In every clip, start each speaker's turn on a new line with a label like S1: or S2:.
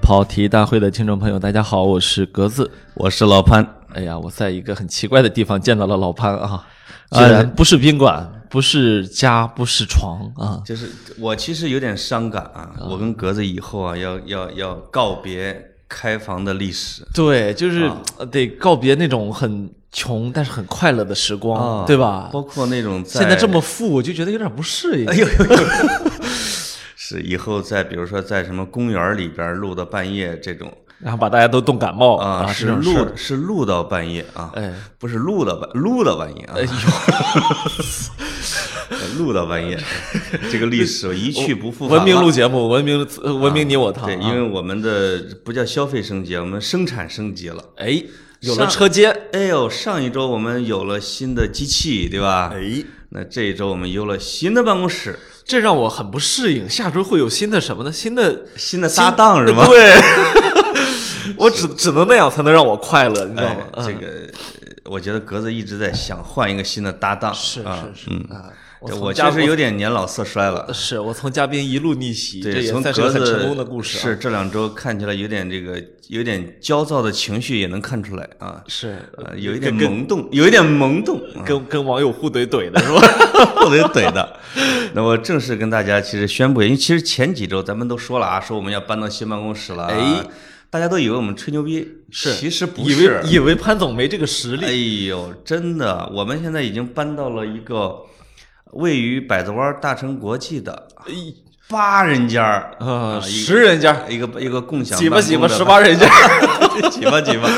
S1: 跑题大会的听众朋友，大家好，我是格子。
S2: 我是老潘。
S1: 哎呀，我在一个很奇怪的地方见到了老潘啊，居然不是宾馆，不是家，不是床啊，
S2: 就是我其实有点伤感啊，我跟格子以后啊，要要要告别开房的历史。
S1: 对，就是
S2: 啊
S1: 呃得告别那种很穷但是很快乐的时光，啊对吧？
S2: 啊包括那种在
S1: 现在这么富，我就觉得有点不适应。哎呦，
S2: 是以后在比如说在什么公园里边录到半夜这种
S1: 然后把大家都冻感冒
S2: 啊，
S1: 是
S2: 是
S1: 这种事儿
S2: 录是录到半夜啊，
S1: 哎，
S2: 不是录到半录到半夜啊， 录到半夜，这个历史一去不复返 了。
S1: 文明录节目，文明呃文明你我他啊。
S2: 对，因为我们的不叫消费升级，啊我们生产升级了。
S1: 哎，有了
S2: 上
S1: 车间，
S2: 哎呦，上一周我们有了新的机器，对吧？哎，那这一周我们有了新的办公室，
S1: 这让我很不适应。下周会有新的什么呢？新的
S2: 新的搭档是吗？哎
S1: 对， 我只只能那样才能让我快乐，你知道
S2: 哎
S1: 吗？，嗯
S2: 这个我觉得格子一直在想换一个新的搭档，
S1: 是
S2: 啊
S1: 是是
S2: 嗯，
S1: 啊，
S2: 对
S1: 从
S2: 我
S1: 嘉
S2: 确实
S1: 宾
S2: 有点年老色衰了。
S1: 是我从嘉宾一路逆袭，这
S2: 对，
S1: 也
S2: 从
S1: 算是个
S2: 格
S1: 很
S2: 子
S1: 成功的故事、啊。
S2: 是这两周看起来有点这个，有点焦躁的情绪也能看出来啊，
S1: 是，
S2: 呃，有一点萌动，有一点萌动，啊
S1: 跟跟网友互怼怼 的是吧？
S2: 不能怼的。 那我正式跟大家其实宣布一下，因为其实前几周咱们都说了啊，说我们要搬到新办公室了啊，
S1: 哎
S2: 大家都以为我们吹牛逼，其实不
S1: 以
S2: 是
S1: 为。以为潘总没这个实力，
S2: 哎呦，真的，我们现在已经搬到了一个位于百子湾大成国际的
S1: 哎
S2: 八人间儿
S1: 啊，
S2: 一
S1: 十人家，
S2: 一个一个共享
S1: 挤吧
S2: 办
S1: 挤吧，
S2: 公的哎
S1: 十八人 家。
S2: 挤吧挤吧，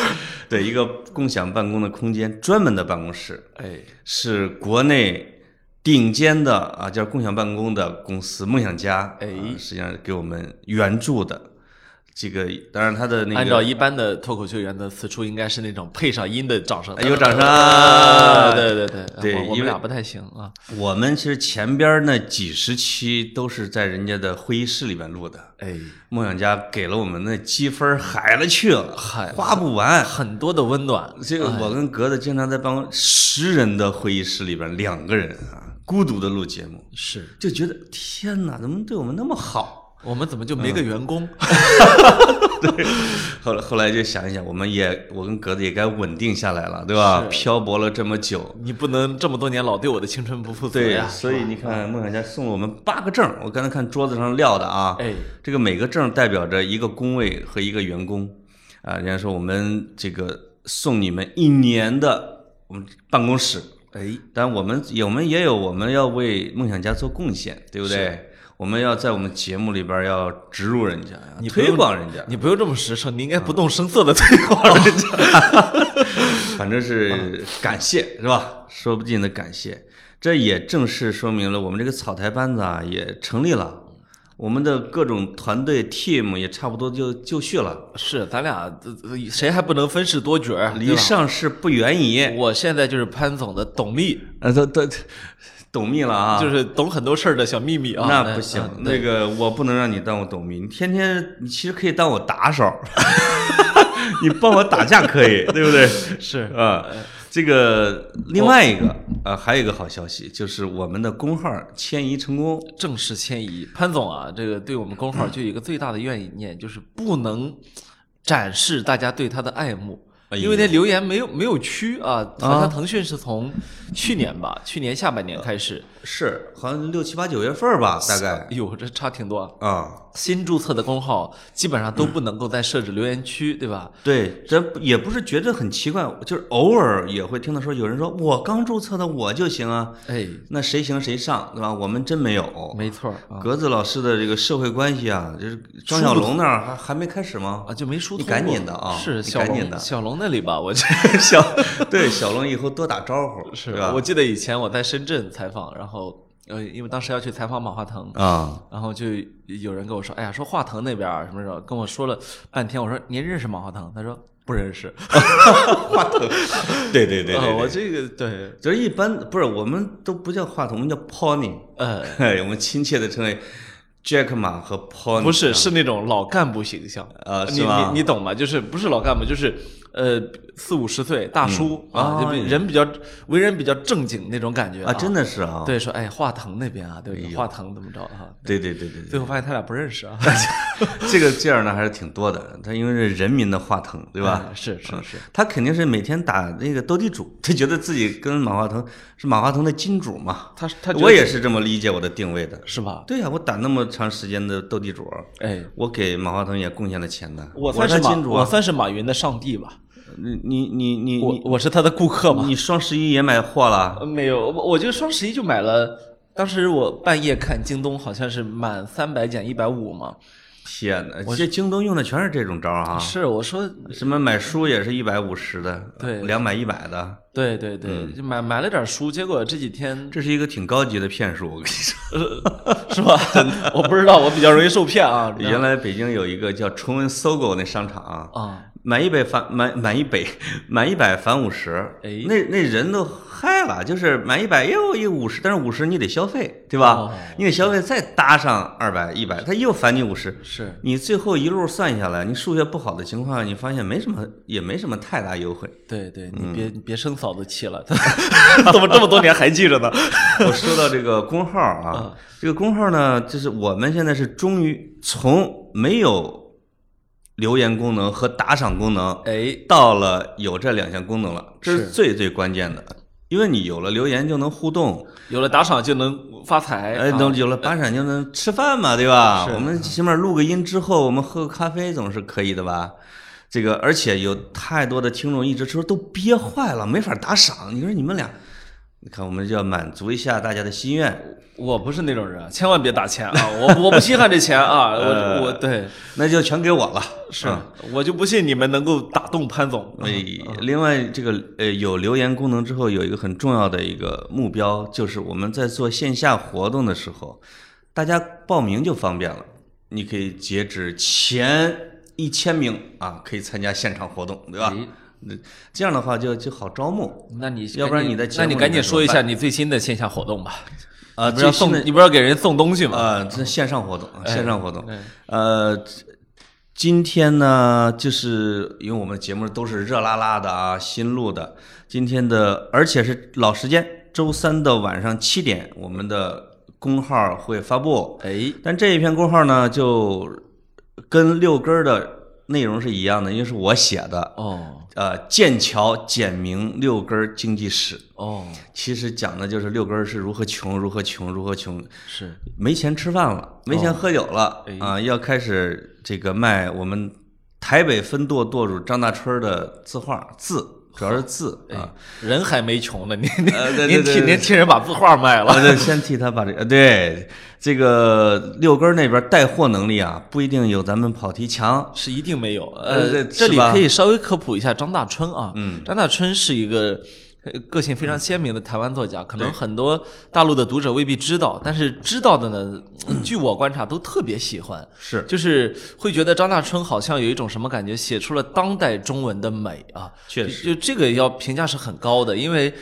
S2: 对，一个共享办公的空间，专门的办公室，
S1: 哎，
S2: 是国内顶尖的啊，叫共享办公的公司梦想家，
S1: 哎
S2: 啊实际上给我们援助的。这个当然，他的那
S1: 按照
S2: 个
S1: 一般的脱口秀员的词处，应该是那种配上音的掌声，
S2: 哎有掌声
S1: 啊对对对，
S2: 对
S1: 我我
S2: 因
S1: 们
S2: 为
S1: 俩不太行啊。
S2: 我们其实前边那几十期都是在人家的会议室里面录的，
S1: 哎，
S2: 梦想家给了我们那积分海了去了，
S1: 海了哎
S2: 花不完。
S1: 很多的温暖，
S2: 这个我跟格子经常在办公十人的会议室里边，两个人啊，孤独的录节目，
S1: 是
S2: 就觉得天哪，怎么对我们那么好？
S1: 我们怎么就没个员工？
S2: 后来后来就想一想，我们也我跟格子也该稳定下来了，对吧？漂泊了这么久，
S1: 你不能这么多年老对我的青春不负责
S2: 对，
S1: 呀！
S2: 所以你看，梦想家送了我们八个证儿，我刚才看桌子上撂的啊，
S1: 哎，
S2: 这个每个证儿代表着一个工位和一个员工，啊，人家说我们这个送你们一年的我们办公室，
S1: 哎，
S2: 但我们也我们也有我们要为梦想家做贡献，对不对？我们要在我们节目里边儿要植入人家，
S1: 你不
S2: 推
S1: 用
S2: 广人家，
S1: 你不用这么实诚，你应该不动声色的推广人家。
S2: 反正
S1: 嗯
S2: 是感谢是吧？说不尽的感谢，这也正式说明了我们这个草台班子啊也成立了，我们的各种团队 team 也差不多就就绪了，
S1: 是，咱俩呃呃谁还不能分饰多角儿？
S2: 离
S1: 啊对嗯吧
S2: 上市不远矣。
S1: 我现在就是潘总的董秘，
S2: 呃，都 都董秘了啊，
S1: 就是懂很多事儿的小秘密啊。
S2: 那
S1: 哎
S2: 不行
S1: 啊，
S2: 那个我不能让你当我董秘，你天天你其实可以当我打手， 你帮我打架可以，对不对？
S1: 是
S2: 啊，这个另外一个啊，还有一个好消息就是我们的工号迁移成功。
S1: 正式迁移。潘总啊，这个对我们工号就有一个最大的怨念，就是不能展示大家对他的爱慕。
S2: 哎呦
S1: 因为那留言没有没有区啊，好像腾讯是从去年吧，去年下半年开始，
S2: 是，好像六七八九月份儿吧，大概
S1: 哎呦，这差挺多啊。
S2: 啊、
S1: 新注册的公号基本上都不能够再设置留言区，对吧？
S2: 对，咱不也不是觉得很奇怪，就是偶尔也会听到说有人说我刚注册的我就行啊，
S1: 哎，
S2: 那谁行谁上，对吧？我们真没有。
S1: 没错儿啊，
S2: 格子老师的这个社会关系啊，就是张小龙那儿还还没开始吗？
S1: 啊就没疏通
S2: 你
S1: 过。
S2: 赶紧的啊
S1: 是
S2: 你
S1: 小
S2: 赶
S1: 龙
S2: 紧的
S1: 小龙那里吧，我这
S2: 小对小龙以后多打招呼，
S1: 是
S2: 吧？
S1: 我记得以前我在深圳采访，然后呃，因为当时要去采访马化腾，
S2: 啊，
S1: 然后就有人跟我说，哎呀，说华腾那边儿什么什么，跟我说了半天，我说您认识马化腾？他说不认识。
S2: 话筒，对对 对对
S1: 啊我
S2: 对，
S1: 这个对，
S2: 就是一般不是我们都不叫话筒，我们叫 pony，
S1: 呃，
S2: 我们亲切的称为 Jack 马和啊 pony，
S1: 不是，是那种老干部形象
S2: 嗯啊是
S1: 你
S2: 吗
S1: 你你懂吗？就是不是老干部，就是呃，四五十岁大叔
S2: 嗯
S1: 啊，就
S2: 哎
S1: 比
S2: 呀
S1: 人比较为人比较正经那种感觉
S2: 啊，真
S1: 的。
S2: 的是啊，
S1: 对，说哎，华腾那边啊，对不
S2: 哎
S1: 对？
S2: 呦
S1: 华腾怎么着啊？
S2: 对对对对对
S1: 最后发现他俩不认识啊，
S2: 这个劲儿呢还是挺多的，他因为是人民的话腾，对吧？
S1: 哎 是是是，
S2: 他肯定是每天打那个斗地主， 他觉得自己跟马化腾是马化腾的金主嘛。
S1: 他他觉得
S2: 我也是这么理解我的定位的。
S1: 是吧？
S2: 对呀、我打那么长时间的斗地主，
S1: 哎，
S2: 我给马化腾也贡献了钱的，
S1: 我
S2: 我
S1: 算是
S2: 他
S1: 马
S2: 金主
S1: 我
S2: 啊。
S1: 算是马云的上帝吧，
S2: 你你你你
S1: 我
S2: 你
S1: 我是他的顾客嘛。
S2: 你双十一也买货了？
S1: 呃没有，我我就双十一就买了，当时我半夜看京东好像是满三百减一百五嘛。
S2: 天哪！这京东用的全是这种招儿啊！
S1: 是，我说
S2: 什么买书也是一百五十的，
S1: 对
S2: 两百一百的，
S1: 对对对，就买买了点书，结果这几 天
S2: 这是一个挺高级的骗术，我跟你说。
S1: 是吧？ 我不知道，我比较容易受骗啊。你知道
S2: 原来北京有一个叫崇文搜狗那商场啊，
S1: 啊，
S2: 满一百返满满一百 满一百返五十
S1: 哎，
S2: 那那人都嗨了，就是满一百又一五十，但是五十你得消费，对吧？
S1: 哦
S2: 你得消费再搭上二百一百，他又返你五十。
S1: 是
S2: 你最后一路算下来，你数学不好的情况下，你发现没什么，也没什么太大优惠。
S1: 对对，你别你别生嫂子气了，嗯 怎么这么多年还记着呢？
S2: 我说到这个工号啊，这个工号呢，就是我们现在是终于从没有留言功能和打赏功能，
S1: 哎，
S2: 到了有这两项功能了，这是
S1: 是
S2: 最最关键的。因为你有了留言就能互动，
S1: 有了打赏就能发财，
S2: 哎，
S1: 啊
S2: 能有了打赏就能吃饭嘛，对吧？
S1: 是
S2: 我们起码录个音之后，我们喝个咖啡总是可以的吧？这个，而且有太多的听众一直说都憋坏了，没法打赏。你说你们俩，你看我们就要满足一下大家的心愿，
S1: 我不是那种人，千万别打钱啊！我我不稀罕这钱啊！ 我我对，
S2: 那就全给我了。
S1: 是
S2: 嗯
S1: 我就不信你们能够打动潘总。
S2: 哎，另外这个呃有留言功能之后，有一个很重要的一个目标，就是我们在做线下活动的时候，大家报名就方便了。你可以截止前一千名啊，可以参加现场活动，对吧
S1: 哎？
S2: 那这样的话就就好招募
S1: 那你
S2: 要不然
S1: 赶紧
S2: 你在节
S1: 那
S2: 目
S1: 你
S2: 里
S1: 赶
S2: 面
S1: 紧
S2: 怎
S1: 说
S2: 么
S1: 一下你最新的线下活动吧。
S2: 啊。
S1: 你不是
S2: 最
S1: 要
S2: 新
S1: 送，
S2: 的
S1: 你不是要给人送东西吗？
S2: 啊，这线上活动，线上活动
S1: 哎，
S2: 呃。今天呢，就是因为我们节目都是热辣辣的啊，新录的。今天的，而且是老时间，周三的晚上七点，我们的公号会发布。
S1: 哎，
S2: 但这一篇公号呢，就跟六根儿的内容是一样的，因为是我写的。
S1: 哦
S2: 呃，剑桥简明六根儿经济史，
S1: 哦，
S2: 其实讲的就是六根儿是如何穷，如何穷，如何穷。
S1: 是
S2: 没钱吃饭了，没钱喝酒了、
S1: 哎
S2: 啊，要开始这个卖我们台北分舵舵主张大春儿的字画字，主要是字
S1: 哎
S2: 啊。
S1: 人还没穷呢，您您
S2: 呃对对
S1: 您替
S2: 对对啊
S1: 您替人把字画卖
S2: 我
S1: 了。
S2: 得先替他把这个呃对这个六根儿那边带货能力啊，不一定有咱们跑题强。
S1: 是一定没有，
S2: 呃
S1: 呃，
S2: 对
S1: 这
S2: 是
S1: 里
S2: 吧
S1: 可以稍微科普一下张大春啊。
S2: 嗯，
S1: 张大春是一个呃个性非常鲜明的台湾作家，可能很多大陆的读者未必知道，但是知道的呢， 据我观察都特别喜欢。
S2: 是
S1: 就是会觉得张大春好像有一种什么感觉，写出了当代中文的美啊，
S2: 确实
S1: 就，就这个要评价是很高的，因为，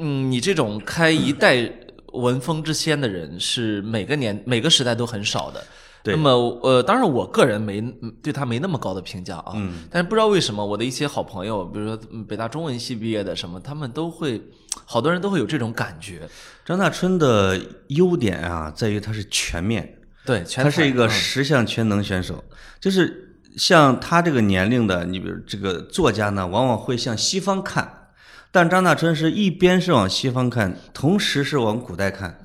S1: 嗯，你这种开一代文风之先的人，是每个年每个时代都很少的。
S2: 对
S1: 那么，呃，当然我个人没嗯对他没那么高的评价啊，
S2: 嗯，
S1: 但是不知道为什么我的一些好朋友，比如说嗯北大中文系毕业的什么，他们都会，好多人都会有这种感觉，
S2: 张大春的优点啊，在于他是全面，
S1: 对，全
S2: 他是
S1: 才
S2: 一个
S1: 嗯
S2: 十项全能选手，就是像他这个年龄的，你比如这个作家呢，往往会向西方看，但张大春是一边是往西方看，同时是往古代看，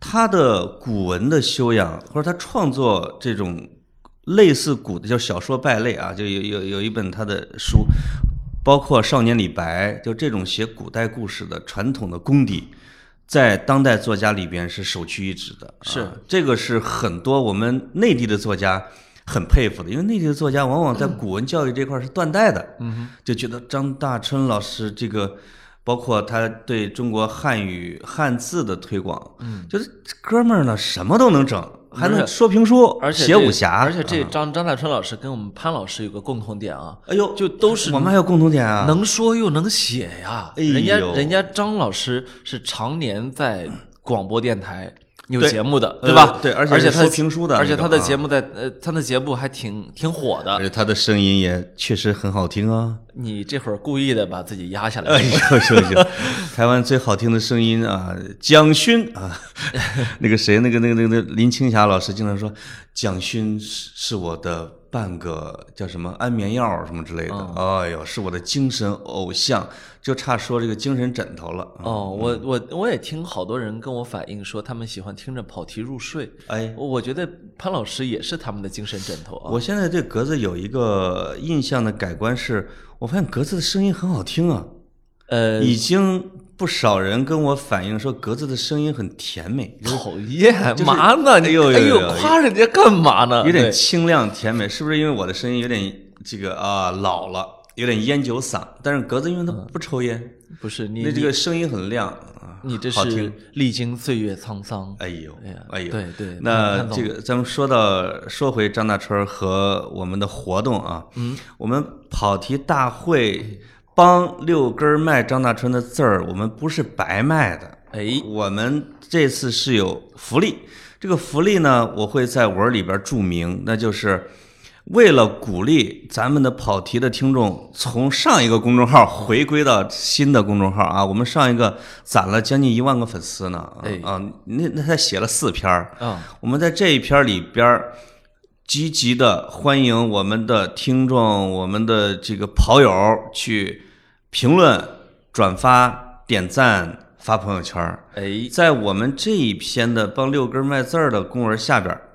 S2: 他的古文的修养，或者他创作这种类似古的，叫小说败类啊，就有有有一本他的书。包括《少年李白》，就这种写古代故事的传统的功底，在当代作家里边是首屈一指的，啊
S1: 是
S2: 这个是很多我们内地的作家很佩服的，因为内地的作家往往在古文教育这块儿是断代的，嗯，就觉得张大春老师这个，包括他对中国汉语汉字的推广，嗯，就是这哥们儿呢什么都能整，还
S1: 而
S2: 能
S1: 且
S2: 说评书，
S1: 而且
S2: 写
S1: 这
S2: 武侠，
S1: 而且这
S2: 啊，
S1: 张张大春老师跟我们潘老师有个共同点啊，
S2: 哎呦，
S1: 就都是
S2: 我们还有共同点啊，
S1: 能说又能写呀。
S2: 哎
S1: 人家
S2: 呦
S1: 人家张老师是常年在广播电台有
S2: 对
S1: 节目的，
S2: 呃
S1: 对吧？
S2: 对而且
S1: 而
S2: 是
S1: 他的
S2: 说评书的
S1: 而且
S2: 那种
S1: 他的
S2: 啊
S1: 节目在呃，他的节目还挺挺火的
S2: 而。且他的声音也确实很好听啊。
S1: 你这会儿故意的把自己压下
S2: 哎
S1: 来，
S2: 呦呦呦！ 台湾最好听的声音啊，蒋勋啊，那个谁，那个那个那个那个林青霞老师经常说，蒋勋是是我的半个叫什么安眠药什么之类的。哎呦，是我的精神偶像，就差说这个精神枕头了。啊
S1: 哦，我我我也听好多人跟我反映说，他们喜欢听着跑题入睡。
S2: 哎，
S1: 我我觉得潘老师也是他们的精神枕头啊。
S2: 我现在对格子有一个印象的改观是，我发现格子的声音很好听啊，
S1: 呃，
S2: 已经不少人跟我反映说格子的声音很甜美，
S1: 讨厌，
S2: 就是
S1: 嘛呢？你
S2: 哎呦
S1: 哎
S2: 呦
S1: 呦
S2: 呦，
S1: 夸人家干嘛呢？
S2: 有点
S1: 啊对
S2: 清亮甜美，是不是因为我的声音有点这个啊老了，有点烟酒嗓？但是格子因为他不抽烟，
S1: 不是嗯你
S2: 那这个声音很亮啊，
S1: 你这
S2: 好听
S1: 是。历经岁月沧桑。
S2: 哎呦
S1: 哎呀，
S2: 哎呦，
S1: 对对
S2: 那
S1: 看懂
S2: 这个咱们说到说回张大春儿和我们的活动啊，嗯，我们跑题大会帮六根儿卖张大春的字儿，我们不是白卖的，
S1: 哎，
S2: 我们这次是有福利，这个福利呢，我会在文儿里边注明，那就是为了鼓励咱们的跑题的听众从上一个公众号回归到新的公众号啊，我们上一个攒了将近一万个粉丝呢，啊
S1: 哎
S2: 啊，那那才写了四篇儿
S1: 啊，
S2: 我们在这一篇儿里边儿积极的欢迎我们的听众、我们的这个跑友去评论、转发、点赞、发朋友圈儿。
S1: 哎，
S2: 在我们这一篇的帮六根卖字儿的公文下边儿，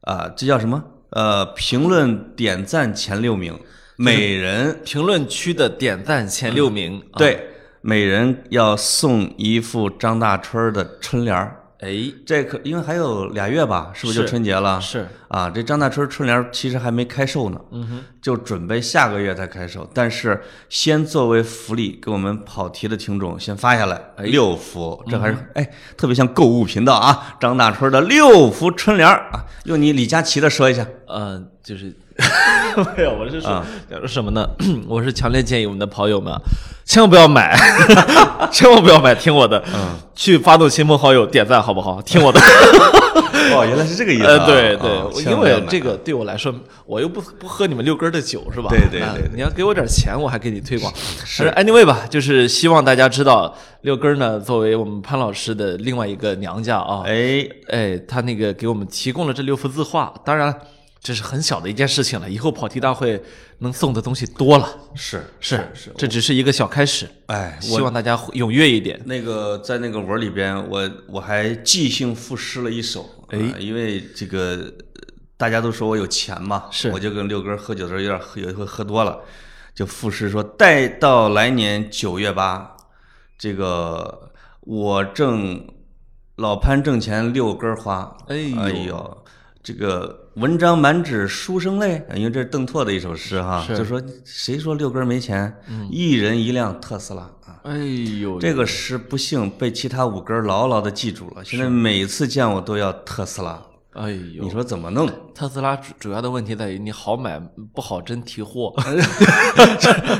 S2: 啊、这叫什么？呃，评论点赞前六名，每人、
S1: 评论区的点赞前六名。啊，
S2: 对，每人要送一副张大春儿的春联儿。
S1: 哎，
S2: 这可因为还有俩月吧，是不是就是春节了？
S1: 是
S2: 啊，这张大春春联儿其实还没开售呢，嗯哼，就准备下个月才开售，但是先作为福利给我们跑题的听众先发下来六幅，这还是、哎特别像购物频道啊，张大春的六幅春联儿啊，用你李佳琦的说一下，
S1: 呃，就是， 没有，我是说，想说什么呢？ 我是强烈建议我们的跑友们啊，千万不要买， 千万不要买，听我的，去发动亲朋好友点赞，好不好？听我的，
S2: 哦，原来是这个意思、啊
S1: 呃，对
S2: 啊
S1: 对，因
S2: 千万不要
S1: 为
S2: 买
S1: 这个对我来说，我又不不喝你们六根儿的酒，是吧？
S2: 对对
S1: 啊
S2: 对对
S1: 你要给我点钱，我还给你推广。是 anyway 吧，就是希望大家知道，六根儿呢，作为我们潘老师的另外一个娘家啊，
S2: 哎，
S1: 哎，他那个给我们提供了这六幅字画，当然这是很小的一件事情了，以后跑题大会能送的东西多了，
S2: 是
S1: 是是，这只是一个小开始，
S2: 哎，我
S1: 希望大家踊跃一点。
S2: 那个在那个文儿里边，我我还即兴赋诗了一首，
S1: 哎
S2: 啊因为这个呃大家都说我有钱嘛，
S1: 是
S2: 我就跟六哥喝酒的时候有点喝，有一回喝多了，就赋诗说，待到来年九月八，这个我挣老潘挣钱六根儿花，
S1: 哎呦
S2: 呦这个文章满纸书生泪，因为这是邓拓的一首诗哈，
S1: 是嗯
S2: 就说谁说六根儿没钱，一人一辆特斯拉啊，
S1: 哎呦，
S2: 这个诗不幸被其他五根儿牢牢的记住了，现在每次见我都要特斯拉，
S1: 哎
S2: 你
S1: 呦，
S2: 说怎么弄？
S1: 特斯拉主主要的问题在于你好买不好真提 货，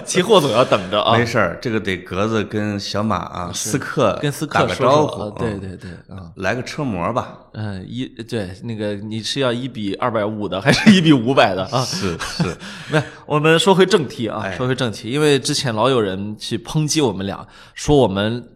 S1: 提货总要等着啊
S2: 没，事儿，这个得格子跟小马啊、斯克
S1: 跟思克
S2: 打个
S1: 说
S2: 招
S1: 说
S2: 呼
S1: 啊，，对对对啊。
S2: 嗯，来个车模吧。
S1: 嗯，一对那个你是要一比二百五的，还是一比五百的啊？
S2: 是是，
S1: 那我们说回正题啊
S2: 哎，
S1: 说回正题，因为之前老有人去抨击我们俩，说我们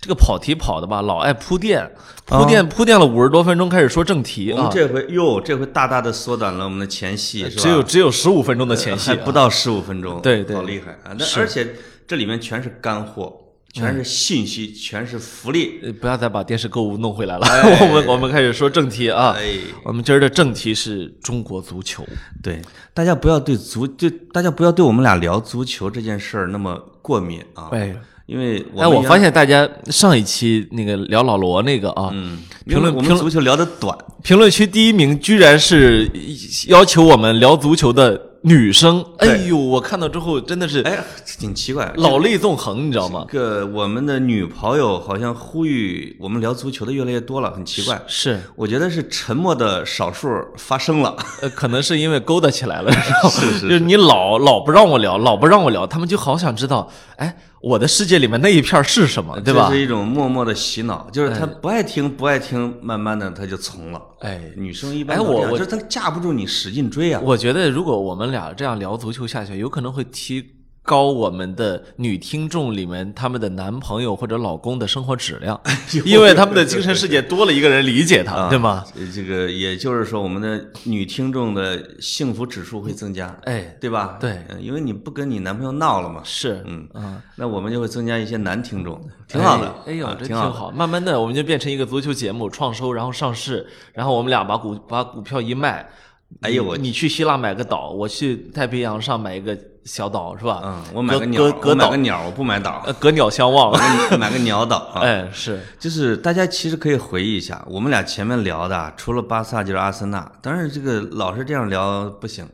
S1: 这个跑题跑的吧，老爱铺垫，铺垫铺垫了五十多分钟，开始说正题
S2: 我们
S1: 啊，
S2: 啊哦
S1: 哎
S2: 这回哟，这回大大的缩短了我们的前戏，是吧？呃
S1: 只有只有十五分钟的前戏
S2: 还
S1: 啊，
S2: 不到十五分钟，
S1: 对对嗯
S2: 好厉害啊！那而且这里面全是干货，全是信息，全是福利。
S1: 呃不要再把电视购物弄回来了， 我们我们开始说正题啊，
S2: 哎，
S1: 我们今儿的正题是中国足球，
S2: 对，大家不要对足，就大家不要对我们俩聊足球这件事儿那么过敏啊。
S1: 哎。
S2: 因为我
S1: 哎，
S2: 们
S1: 我
S2: 原
S1: 发现大家上一期那个聊老罗那个啊，
S2: 嗯
S1: 评论
S2: 因为我
S1: 评
S2: 们
S1: 论
S2: 足球聊得短，
S1: 评论区第一名居然是要求我们聊足球的女生，哎
S2: 对
S1: 呦，我看到之后真的是
S2: 哎，挺奇怪。
S1: 老泪纵横，你知道吗？
S2: 这个我们的女朋友好像呼吁我们聊足球的越来越多了，很奇怪。
S1: 是，
S2: 我觉得是沉默的少数发生了，
S1: 呃，可能是因为勾搭起来了，是
S2: 是是
S1: 就是你老老不让我聊，老不让我聊，他们就好想知道，哎，我的世界里面那一片儿是什么， 对吧
S2: 呃这？是一种默默的洗脑，就是她不爱听，不爱听，慢慢的她就从了。
S1: 哎，
S2: 女生一般
S1: 哎
S2: 都这
S1: 我
S2: 样
S1: 我
S2: 就是她架不住你使劲追啊。
S1: 我觉得如果我们俩这样聊足球下去，有可能会提高我们的女听众里面她们的男朋友或者老公的生活质量，因为他们的精神世界多了一个人理解他，对吗？
S2: 呃这个也就是说，我们的女听众的幸福指数会增加，
S1: 哎，
S2: 对吧？
S1: 对
S2: 嗯，因为你不跟你男朋友闹了嘛，
S1: 是，
S2: 嗯
S1: 啊，
S2: 那我们就会增加一些男听众，挺好的。
S1: 哎哎呦，
S2: 啊
S1: 这
S2: 挺
S1: 挺
S2: 好的。
S1: 好。慢慢的，我们就变成一个足球节目，创收，然后上市，然后我们俩把股把股票一卖。
S2: 哎呦我
S1: 你去希腊买个岛，我去太平洋上买一个小岛，是吧？
S2: 嗯，我买
S1: 隔
S2: 个鸟，
S1: 隔隔
S2: 我买
S1: 岛
S2: 个，鸟，我不 买岛
S1: 呃，，隔鸟相望
S2: 我。买买个鸟岛啊。
S1: 哎，是，
S2: 就是大家其实可以回忆一下，我们俩前面聊的啊，除了巴萨就是阿森纳，当然这个老是这样聊不行，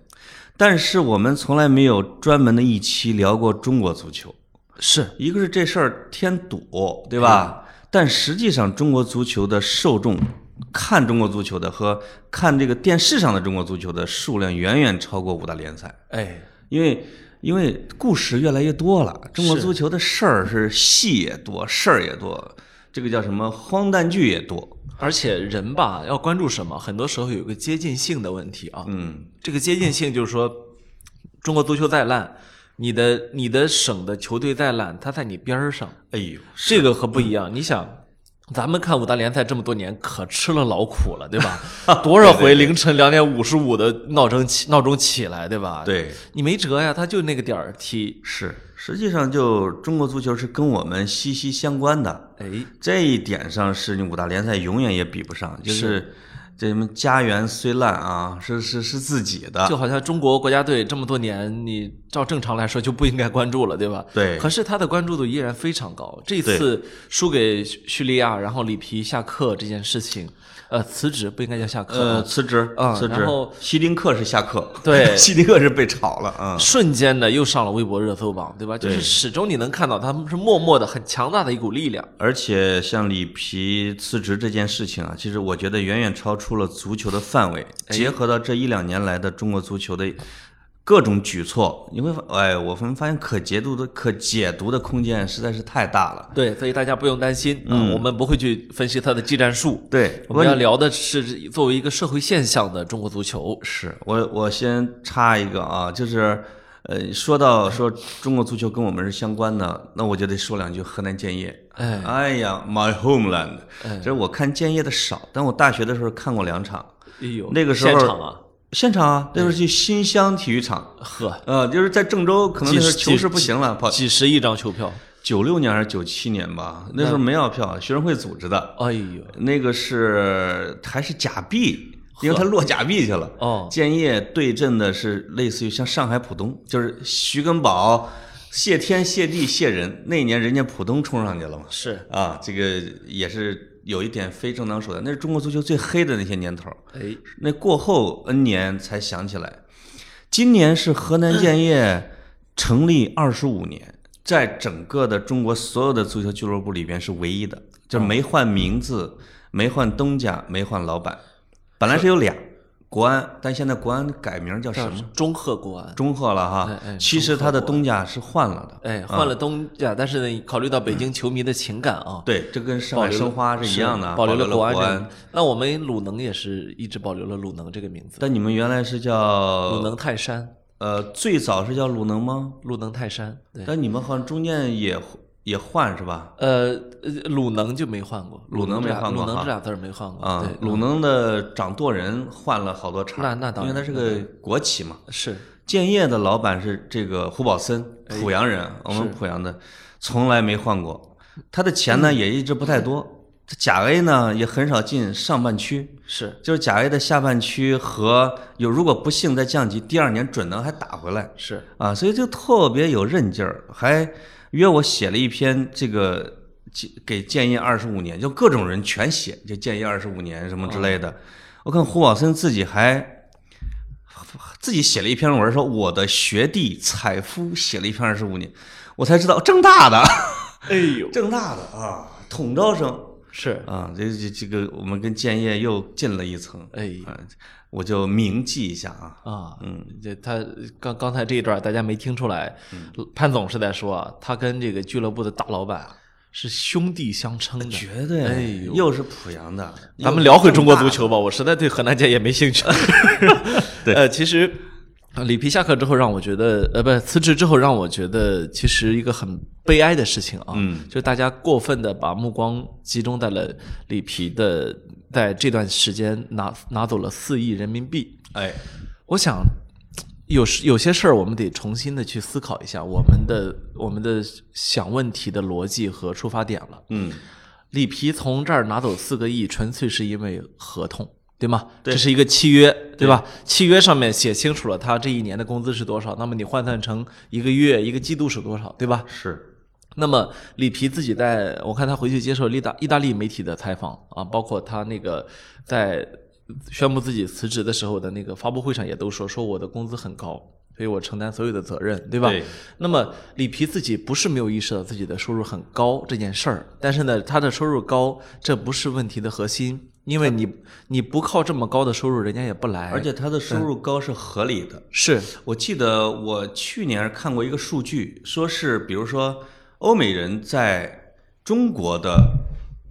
S2: 但是我们从来没有专门的一期聊过中国足球。
S1: 是，
S2: 一个是这事儿添堵，对吧？但实际上，中国足球的受众看中国足球的和看这个电视上的中国足球的数量远远超过五大联赛，
S1: 哎，
S2: 因为因为故事越来越多了，中国
S1: 是
S2: 足球的事儿是戏也多，事儿也多，这个叫什么荒诞剧也多。
S1: 而且人吧，要关注什么，很多时候有个接近性的问题啊。
S2: 嗯，
S1: 这个接近性就是说，中国足球再烂，你的你的省的球队再烂，它在你边儿上，
S2: 哎呦，
S1: 这个和不一样。你想，咱们看五大联赛这么多年，可吃了劳苦了，对 吧？多少回凌晨两点五十五的闹钟起闹钟起来，对吧？，
S2: 对，
S1: 你没辙呀，他就那个点儿踢。
S2: 是，实际上就中国足球是跟我们息息相关的。
S1: 哎，
S2: 这一点上是你五大联赛永远也比不上，就是这什么家园虽烂啊，是是是自己的，
S1: 就好像中国国家队这么多年，你照正常来说就不应该关注了，对吧？
S2: 对
S1: 可是他的关注度依然非常高。这次输给叙叙利亚，然后里皮下课这件事情，呃，辞职不应该叫下课
S2: 呃，
S1: 吗，
S2: 辞职
S1: 啊
S2: 辞职。
S1: 然后
S2: 希丁克是下课，
S1: 对
S2: 希丁克是被炒了啊。
S1: 呃瞬间的又上了微博热搜榜，对吧？就是始终你能看到他们是默默的很强大的一股力量。
S2: 而且像里皮辞职这件事情啊，其实我觉得远远超出了足球的范围。
S1: 哎
S2: 结合到这一两年来的中国足球的各种举措，你会发，哎，我们发现可解读的可解读的空间实在是太大了。
S1: 对，所以大家不用担心啊、
S2: 嗯
S1: 我们不会去分析他的技战术。
S2: 对，
S1: 我们要聊的是作为一个社会现象的中国足球。
S2: 是我我先插一个啊，就是呃，说到说中国足球跟我们是相关的，那我就得说两句河南建业。
S1: 哎
S2: 呀，my homeland，、这我看建业的少，但我大学的时候看过两场，
S1: 哎呦，
S2: 那个时候
S1: 现场啊，
S2: 现场啊，那时候去新乡体育场，
S1: 呵，
S2: 呃，就是在郑州，可能那时候
S1: 几
S2: 球市不行了，跑
S1: 几十亿张球票，
S2: 九六年还是九七年吧，那时候没要票，学生会组织的，
S1: 哎呦，
S2: 那个是还是假币，因为他落假币去了。
S1: 哦，
S2: 建业对阵的是类似于像上海浦东，就是徐根宝、谢天、谢地、谢人。那一年人家浦东冲上去了嘛，
S1: 是，
S2: 啊，这个也是有一点非正当手段，那是中国足球最黑的那些年头儿。
S1: 哎，
S2: 那过后 N 年才想起来，今年是河南建业成立二十五年，在整个的中国所有的足球俱乐部里边是唯一的，就是
S1: 哦
S2: 没换名字，没换东家，没换老板。本来是有俩，国安，但现在国安改名叫什
S1: 叫
S2: 么？
S1: 中赫国安，
S2: 中赫了
S1: 哎哎
S2: 哈。其实他的东家是换了的。
S1: 哎，换了东家，但是呢，考虑到北京球迷的情感啊，
S2: 对，这跟上
S1: 保
S2: 海
S1: 留了
S2: 申花是一样的啊，
S1: 保留
S2: 了
S1: 了国安
S2: 国
S1: 这个
S2: 安。。
S1: 那我们鲁能也是一直保留了鲁能这个名字，
S2: 但你们原来是
S1: 鲁
S2: 叫
S1: 能泰山，
S2: 呃，最早是叫鲁能吗？
S1: 鲁能泰山，对，
S2: 但你们好像中间也也换是吧？
S1: 呃，呃鲁能就没换过，
S2: 鲁能
S1: 这俩
S2: 没换过
S1: 鲁能
S2: 哈
S1: 这俩字儿没换过，
S2: 啊，
S1: 对，
S2: 鲁能的掌舵人换了好多茬儿，
S1: 那那当然
S2: 因为他是个国企嘛。
S1: 是，
S2: 建业的老板是这个胡宝森，濮阳
S1: 哎
S2: 人，我们濮阳的，从来没换过。他的钱
S1: 嗯
S2: 呢也一直不太多，这甲 A 呢也很少进上半区，
S1: 是，
S2: 就是甲 A 的下半区和有如果不幸再降级，第二年准能还打回来。
S1: 是，
S2: 啊，所以就特别有韧劲儿，还约我写了一篇这个建给建业二十五年，就各种人全写，就建业二十五年什么之类的。我看胡宝森自己还自己写了一篇文，说我的学弟采夫写了一篇二十五年，我才知道正大的，
S1: 哎呦，
S2: 正大的啊，统招生。
S1: 是，
S2: 啊，这这这个我们跟建业又近了一层，
S1: 哎
S2: 啊，我就铭记一下啊，
S1: 啊，
S2: 嗯，
S1: 这他刚刚才这一段大家没听出来，
S2: 嗯
S1: 潘总是在说啊他跟这个俱乐部的大老板是兄弟相称的，
S2: 呃绝对，
S1: 哎呦
S2: 又是濮阳的，
S1: 咱们聊回中国足球吧，我实在对河南建业没兴趣。
S2: 对
S1: 呃，其实呃里皮下课之后，让我觉得，呃，不是辞职之后，让我觉得其实一个很悲哀的事情啊，
S2: 嗯，
S1: 就大家过分的把目光集中在了里皮的，在这段时间拿拿走了四亿人民币。
S2: 哎，
S1: 我想，有时有些事儿我们得重新的去思考一下我们的我们的想问题的逻辑和出发点了。
S2: 嗯，
S1: 里皮从这儿拿走四个亿，纯粹是因为合同，对吗？
S2: 对
S1: 这是一个契约，对吧？契约上面写清楚了他这一年的工资是多少，那么你换算成一个月、一个季度是多少，对吧？
S2: 是，
S1: 那么里皮自己在我看他回去接受意大意大利媒体的采访啊，包括他那个在宣布自己辞职的时候的那个发布会上也都说，说我的工资很高，所以我承担所有的责任，对吧？
S2: 对
S1: 那么里皮自己不是没有意识到自己的收入很高这件事儿，但是呢，他的收入高这不是问题的核心，因为你你不靠这么高的收入，人家也不来，
S2: 而且他的收入高是合理的，
S1: 是
S2: 我记得我去年看过一个数据，说是比如说欧美人在中国的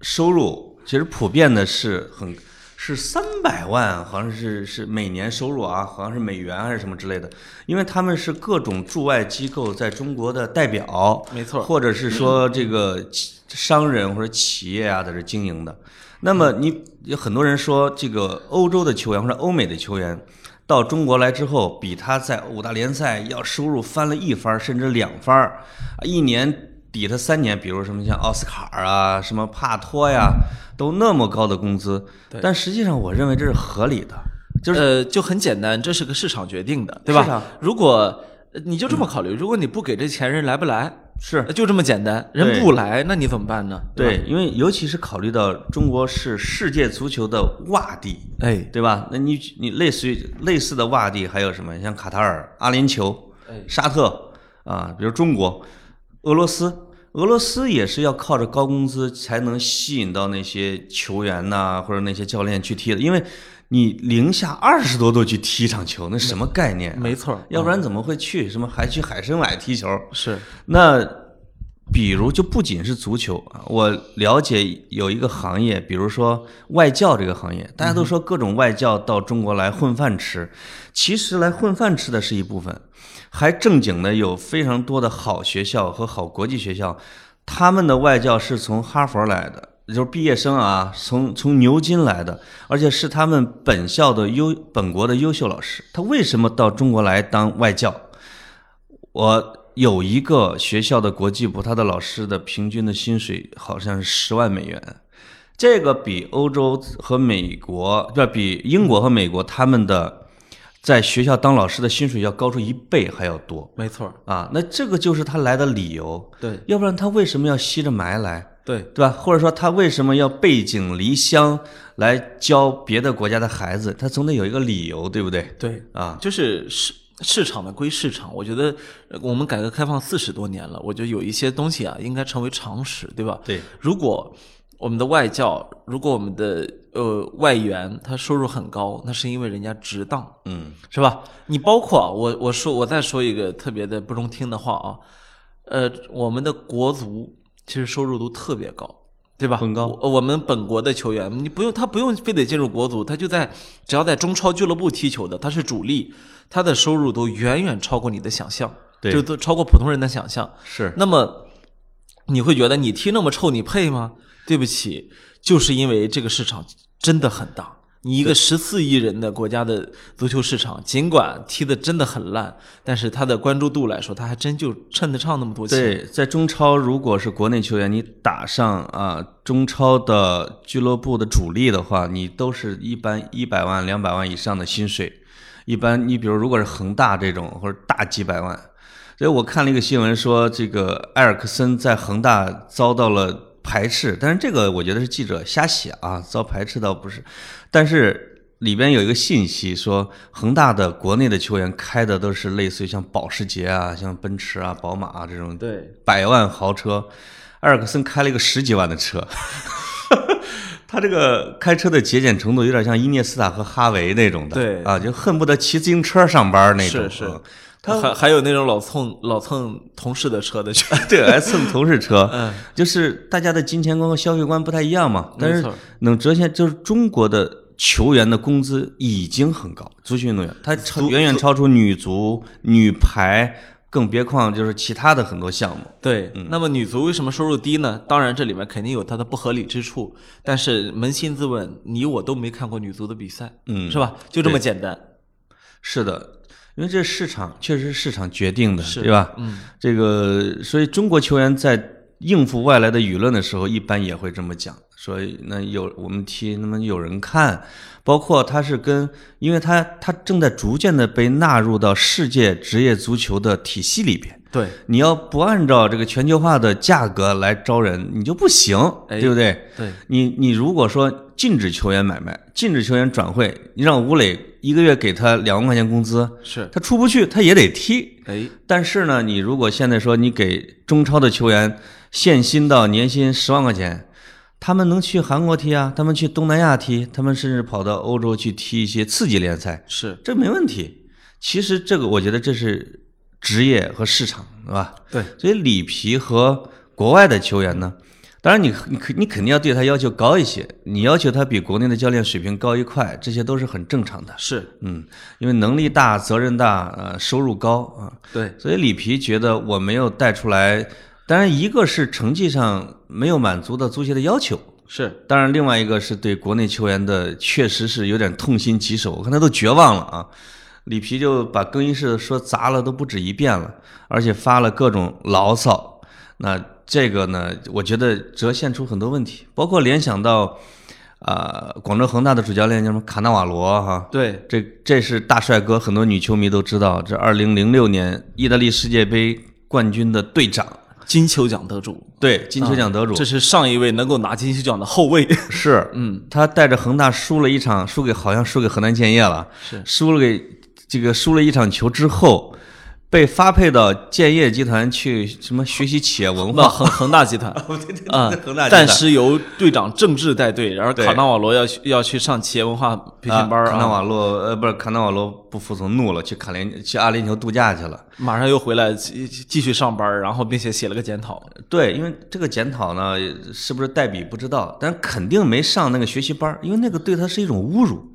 S2: 收入，其实普遍的是很是三百万，好像是是每年收入啊，好像是美元还是什么之类的，因为他们是各种驻外机构在中国的代表，
S1: 没错
S2: 或者是说这个企商人或者企业啊在这经营的。那么你有很多人说，这个欧洲的球员或者欧美的球员到中国来之后，比他在五大联赛要收入翻了一番儿甚至两番儿，啊一年抵他三年，比如什么像奥斯卡尔啊、什么帕托呀，都那么高的工资。但实际上，我认为这是合理的。
S1: 就是呃，就很简单，这是个市场决定的，对吧？
S2: 市场
S1: 如果呃你就这么考虑，如果你不给这钱，人来不来？
S2: 是
S1: 呃就这么简单，人
S2: 对
S1: 不来，那你怎么办呢？吧，
S2: 对，因为尤其是考虑到中国是世界足球的洼地，
S1: 哎，
S2: 对吧？那你你类似于类似的洼地还有什么？像卡塔尔、阿联酋、
S1: 哎
S2: 沙特啊，比如中国、俄罗斯。俄罗斯也是要靠着高工资才能吸引到那些球员呐、或者那些教练去踢的，因为你零下二十多度去踢一场球，那什么概念啊、
S1: 没错儿，
S2: 要不然怎么会去什么还去海参崴踢球？
S1: 是
S2: 那比如就不仅是足球啊，我了解有一个行业，比如说外教这个行业，大家都说各种外教到中国来混饭吃，其实来混饭吃的是一部分，还正经的有非常多的好学校和好国际学校，他们的外教是从哈佛来的。就是毕业生啊，从从牛津来的，而且是他们本校的优本国的优秀老师。他为什么到中国来当外教？我有一个学校的国际部，他的老师的平均的薪水好像是十万美元，这个比欧洲和美国，这比英国和美国他们的在学校当老师的薪水要高出一倍还要多
S1: 没错儿，
S2: 啊！那这个就是他来的理由，
S1: 对
S2: 要不然他为什么要吸着霾来？
S1: 对，
S2: 对吧？或者说他为什么要背井离乡来教别的国家的孩子？他总得有一个理由，对不对？
S1: 对，
S2: 啊，
S1: 就是市市场的归市场，我觉得呃我们改革开放四十多年了，我觉得有一些东西啊，应该成为常识，对吧？
S2: 对，
S1: 如果我们的外教，如果我们的呃外援，他收入很高，那是因为人家值当，
S2: 嗯，
S1: 是吧？你包括啊我，我说我再说一个特别的不中听的话啊，呃，我们的国足其实收入都特别高，对吧？
S2: 很高
S1: 我。我们本国的球员，你不用他不用非得进入国足，他就在只要在中超俱乐部踢球的，他是主力，他的收入都远远超过你的想象，
S2: 对
S1: 就都超过普通人的想象。
S2: 是
S1: 那么你会觉得你踢那么臭，你配吗？对不起，就是因为这个市场真的很大。你一个十四亿人的国家的足球市场，尽管踢的真的很烂，但是它的关注度来说，它还真就衬得上那么多钱。
S2: 对，在中超，如果是国内球员，你打上啊中超的俱乐部的主力的话，你都是一般一百万、两百万以上的薪水。一般你比如如果是恒大这种，或者大几百万。所以我看了一个新闻说，这个埃尔克森在恒大遭到了排斥，但是这个我觉得是记者瞎写啊，遭排斥倒不是，但是。里边有一个信息说，恒大的国内的球员开的都是类似于像保时捷啊、像奔驰啊、宝马啊这种
S1: 对，
S2: 百万豪车，埃尔克森开了一个十几万的车， 他这个开车的节俭程度有点像伊涅斯塔和哈维那种的，
S1: 对
S2: 啊，就恨不得骑自行车上班那种。
S1: 是是
S2: 嗯
S1: 他还还有那种老蹭老蹭同事的车的去，
S2: 对，还蹭同事车，
S1: 嗯，
S2: 就是大家的金钱观和消费观不太一样嘛。但
S1: 没
S2: 是
S1: 错
S2: 能折现，就是中国的球员的工资已经很高，足球运动员他超远远超出女足、女排，更别况就是其他的很多项目。
S1: 对，那么女足为什么收入低呢？当然，这里面肯定有它的不合理之处，但是扪心自问，你我都没看过女足的比赛，
S2: 嗯
S1: 是吧？就这么简单。
S2: 是的，因为这市场确实是市场决定的，
S1: 是
S2: 对吧？
S1: 嗯，
S2: 这个，所以中国球员在应付外来的舆论的时候，一般也会这么讲。所以那有我们踢，那么有人看，包括他是跟，因为他他正在逐渐的被纳入到世界职业足球的体系里边。
S1: 对，
S2: 你要不按照这个全球化的价格来招人，你就不行，
S1: 哎
S2: 对不对？
S1: 对，
S2: 你你如果说禁止球员买卖，禁止球员转会，你让吴磊一个月给他两万块钱工资，
S1: 是，
S2: 他出不去，他也得踢。
S1: 哎，
S2: 但是呢，你如果现在说你给中超的球员限薪到年薪十万块钱，他们能去韩国踢啊，他们去东南亚踢，他们甚至跑到欧洲去踢一些次级联赛，
S1: 是
S2: 这没问题。其实这个我觉得这是职业和市场，是吧？
S1: 对，
S2: 所以里皮和国外的球员呢，当然你你肯你肯定要对他要求高一些，你要求他比国内的教练水平高一块，这些都是很正常的。
S1: 是，
S2: 嗯，因为能力大、责任大、呃，收入高啊，
S1: 对，
S2: 所以里皮觉得我没有带出来。当然，一个是成绩上没有满足到足协的要求，
S1: 是，
S2: 当然，另外一个是对国内球员的确实是有点痛心疾首，我看他都绝望了啊。里皮就把更衣室说砸了都不止一遍了，而且发了各种牢骚。那这个呢，我觉得折现出很多问题，包括联想到，呃，广州恒大的主教练叫什么卡纳瓦罗哈、
S1: 对，
S2: 这这是大帅哥，很多女球迷都知道，这二零零六年意大利世界杯冠军的队长，
S1: 金球奖得主，
S2: 对，金球奖得主，
S1: 这是上一位能够拿金球奖的后卫。
S2: 是，
S1: 嗯，
S2: 他带着恒大输了一场，输给好像输给河南建业了，
S1: 是
S2: 输了给这个输了一场球之后，被发配到建业集团去什么学习企业文
S1: 那
S2: 化，
S1: 恒恒大 集团啊
S2: 恒大集团，
S1: 暂时由队长郑智带队，然后
S2: 对
S1: 卡纳瓦罗要去要去上企业文化培训班儿
S2: 啊卡纳
S1: 啊，
S2: 瓦洛呃不是卡纳瓦罗不服从怒了，去卡联去阿联酋度假去了。
S1: 马上又回来继继续上班儿，然后并且写了个检讨。
S2: 对，因为这个检讨呢，是不是代笔不知道，但肯定没上那个学习班儿，因为那个对他是一种侮辱，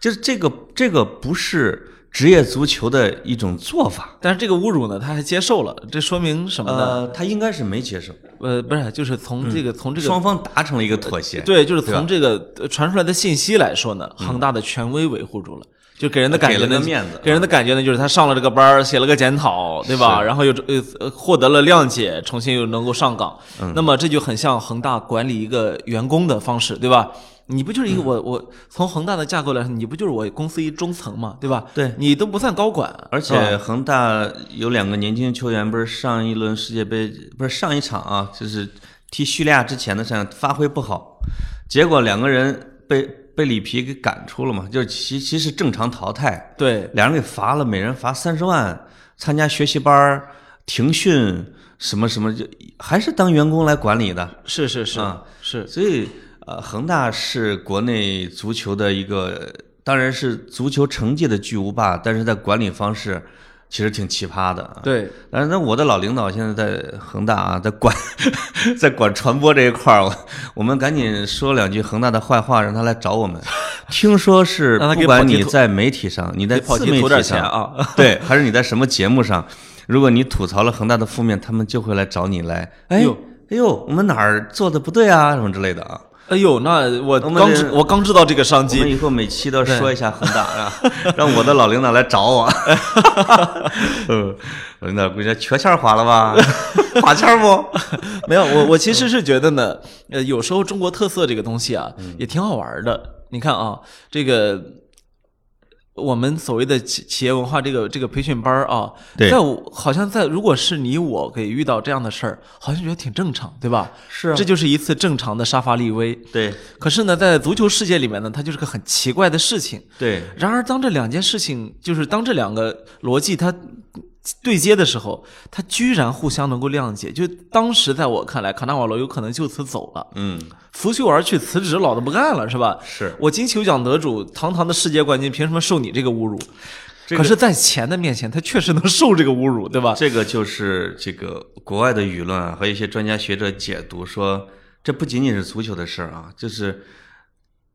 S2: 就是这个这个不是职业足球的一种做法。
S1: 但是这个侮辱呢，他还接受了，这说明什么呢？
S2: 呃，他应该是没接受，
S1: 呃，不是，就是从这个、从这个
S2: 双方达成了一个妥协。
S1: 对，就是
S2: 吧嗯
S1: 从这个呃传出来的信息来说呢，恒大的权威维护住了。就给人的感觉
S2: 给
S1: 呢，
S2: 了个面子啊
S1: 给人的感觉呢，就是他上了这个班儿，写了个检讨，对吧？然后又呃呃获得了谅解，重新又能够上岗。
S2: 嗯
S1: 那么这就很像恒大管理一个员工的方式，对吧？你不
S2: 嗯
S1: 就是一个我我从恒大的架构来说，你不就是我公司一中层嘛，对吧？
S2: 对
S1: 你都不算高管，
S2: 而
S1: 是吧
S2: 且恒大有两个年轻球员，不是上一轮世界杯，不是上一场啊，就是踢叙利亚之前的上发挥不好，结果两个人被被里皮给赶出了嘛，就是其其实正常淘汰，
S1: 对
S2: 两人给罚了，每人罚三十万，参加学习班儿停训什么什么，就还是当员工来管理的。
S1: 是是是、
S2: 啊
S1: 是，
S2: 所以呃，恒大是国内足球的一个，当然是足球成绩的巨无霸，但是在管理方式其实挺奇葩的啊。
S1: 对，
S2: 但是那我的老领导现在在恒大啊，在管 在管传播这一块儿，我我们赶紧说两句恒大的坏话，让他来找我们。听说是
S1: 让他给
S2: 不管
S1: 跑题
S2: 你
S1: 投
S2: 在媒体上，你在
S1: 给跑
S2: 自
S1: 题
S2: 媒
S1: 投点
S2: 体
S1: 钱
S2: 上
S1: 啊，
S2: 对，还是你在什么节目上，如果你吐槽了恒大的负面，他们就会来找你来，哎
S1: 哟
S2: 哎呦，我们哪儿做的不对啊，什么之类的啊。
S1: 哎呦，那我
S2: 我们
S1: 刚
S2: 这
S1: 知我刚知道这个商
S2: 我们
S1: 机，
S2: 以后每期都说一下恒大啊，让我的老领导来找我。 嗯，老领导估计缺钱儿花了吧？花钱儿不？
S1: 没有我我其
S2: 嗯
S1: 实是觉得呢，呃，有时候中国特色这个东西啊，
S2: 嗯
S1: 也挺好玩的。你看啊，这个我们所谓的企企业文化这个这个培训班儿啊，
S2: 对
S1: 在我好像在如果是你我给遇到这样的事儿，好像觉得挺正常，对吧？
S2: 是啊
S1: 这就是一次正常的沙发立威。
S2: 对
S1: 可是呢，在足球世界里面呢，它就是个很奇怪的事情。
S2: 对
S1: 然而，当这两件事情，就是当这两个逻辑它对接的时候，他居然互相能够谅解。就当时在我看来，卡纳瓦罗有可能就此走了，
S2: 嗯，
S1: 拂袖而去，辞职，老子不干了，是吧？
S2: 是
S1: 我金球奖得主，堂堂的世界冠军，凭什么受你这个侮辱？
S2: 这个
S1: 可是，在钱的面前，他确实能受这个侮辱，对吧？
S2: 这个就是这个国外的舆论啊，和一些专家学者解读说，这不仅仅是足球的事儿啊，就是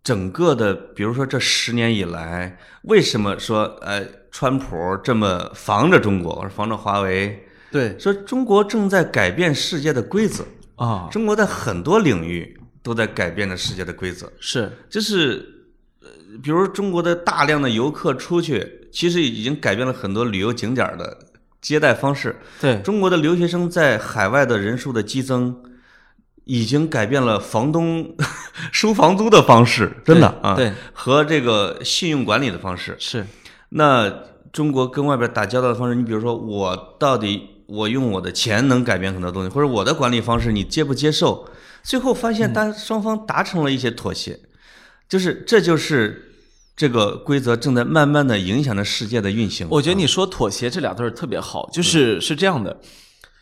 S2: 整个的，比如说这十年以来，为什么说呃，川普这么防着中国，防着华为，
S1: 对
S2: 说中国正在改变世界的规则，
S1: 啊，
S2: 中国在很多领域都在改变着世界的规则。
S1: 是
S2: 就是，呃，比如中国的大量的游客出去，其实已经改变了很多旅游景点的接待方式。
S1: 对，
S2: 中国的留学生在海外的人数的激增，已经改变了房东 收房租的方式，真的
S1: 对
S2: 啊，
S1: 对，
S2: 和这个信用管理的方式。
S1: 是
S2: 那中国跟外边打交道的方式，你比如说，我到底我用我的钱能改变很多东西，或者我的管理方式你接不接受？最后发现，大双方达成了一些妥协，就是这就是这个规则正在慢慢的影响着世界的运行。
S1: 我觉得你说妥协这俩字儿特别
S2: 嗯
S1: 好，就是是这样的。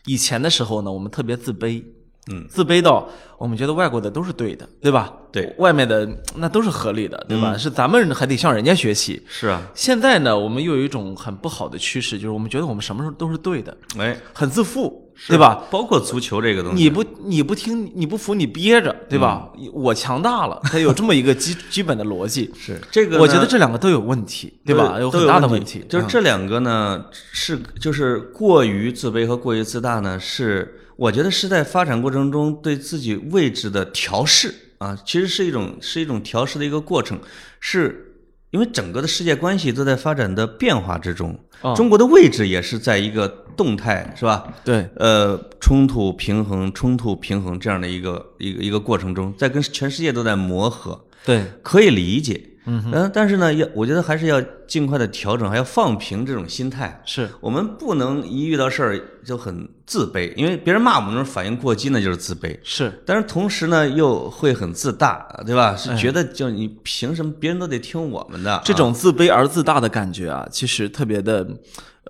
S1: 以前的时候呢，我们特别自卑，
S2: 嗯，
S1: 自卑到我们觉得外国的都是对的，对吧？
S2: 对，嗯
S1: 外面的那都是合理的，对吧？是咱们还得向人家学习。
S2: 是啊，
S1: 现在呢，我们又有一种很不好的趋势，就是我们觉得我们什么时候都是对的，
S2: 哎，
S1: 很自负，对吧？？
S2: 包括足球这个东西，
S1: 你不你不听你不服你憋着，对吧？
S2: 嗯
S1: 我强大了，它有这么一个基 基本的逻辑。
S2: 是这个呢，
S1: 我觉得这两个都有问题，对吧？
S2: 都有
S1: 很大的
S2: 问
S1: 题，嗯
S2: 就是这两个呢，是就是过于自卑和过于自大呢，是我觉得是在发展过程中对自己位置的调试啊，其实是一种是一种调试的一个过程，是因为整个的世界关系都在发展的变化之中，
S1: 啊
S2: 中国的位置也是在一个动态，是吧？
S1: 对，
S2: 呃，冲突平衡、冲突平衡这样的一个一个一个过程中，在跟全世界都在磨合，
S1: 对，
S2: 可以理解。嗯、但是呢，要我觉得还是要尽快的调整，还要放平这种心态。
S1: 是
S2: 我们不能一遇到事儿就很自卑，因为别人骂我们那种反应过激，那就是自卑。
S1: 是，
S2: 但是同时呢，又会很自大，对吧？是觉得就你凭什么别人都得听我们的？
S1: 哎
S2: 啊
S1: 这种自卑而自大的感觉啊，其实特别的，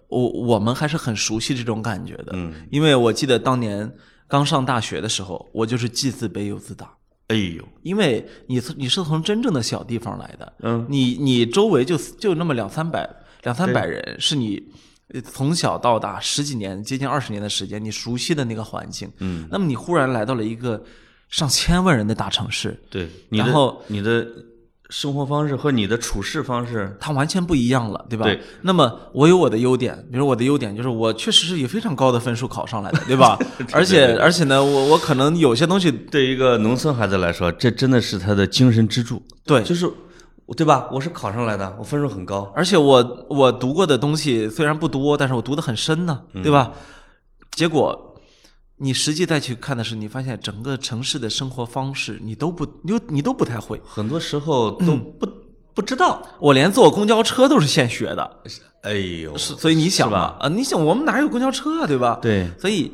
S1: 我我们还是很熟悉这种感觉的。
S2: 嗯，
S1: 因为我记得当年刚上大学的时候，我就是既自卑又自大，
S2: 哎呦，
S1: 因为你从你是从真正的小地方来的，
S2: 嗯，
S1: 你你周围就就那么两三百两三百人，是你呃从小到大十几年接近二十年的时间，你熟悉的那个环境，
S2: 嗯，
S1: 那么你忽然来到了一个上千万人的大城市，
S2: 对，你的
S1: 然后
S2: 你的生活方式和你的处事方式，
S1: 它完全不一样了，对吧？
S2: 对
S1: 那么我有我的优点，比如我的优点就是我确实是以非常高的分数考上来的，对吧？而且而且呢，我我可能有些东西
S2: 对于一个农村孩子来说，这真的是他的精神支柱。
S1: 对，
S2: 就是，对吧？我是考上来的，我分数很高。
S1: 而且我我读过的东西虽然不多，但是我读得很深呢，对吧？结果你实际再去看的时候，你发现整个城市的生活方式你都不你都你都不太会，
S2: 很多时候都
S1: 嗯
S2: 不、不知道。
S1: 我连坐公交车都是现学的，
S2: 哎呦，
S1: 是，所以你想
S2: 是吧
S1: 吧，啊，你想我们哪有公交车啊，对吧？
S2: 对
S1: 所以，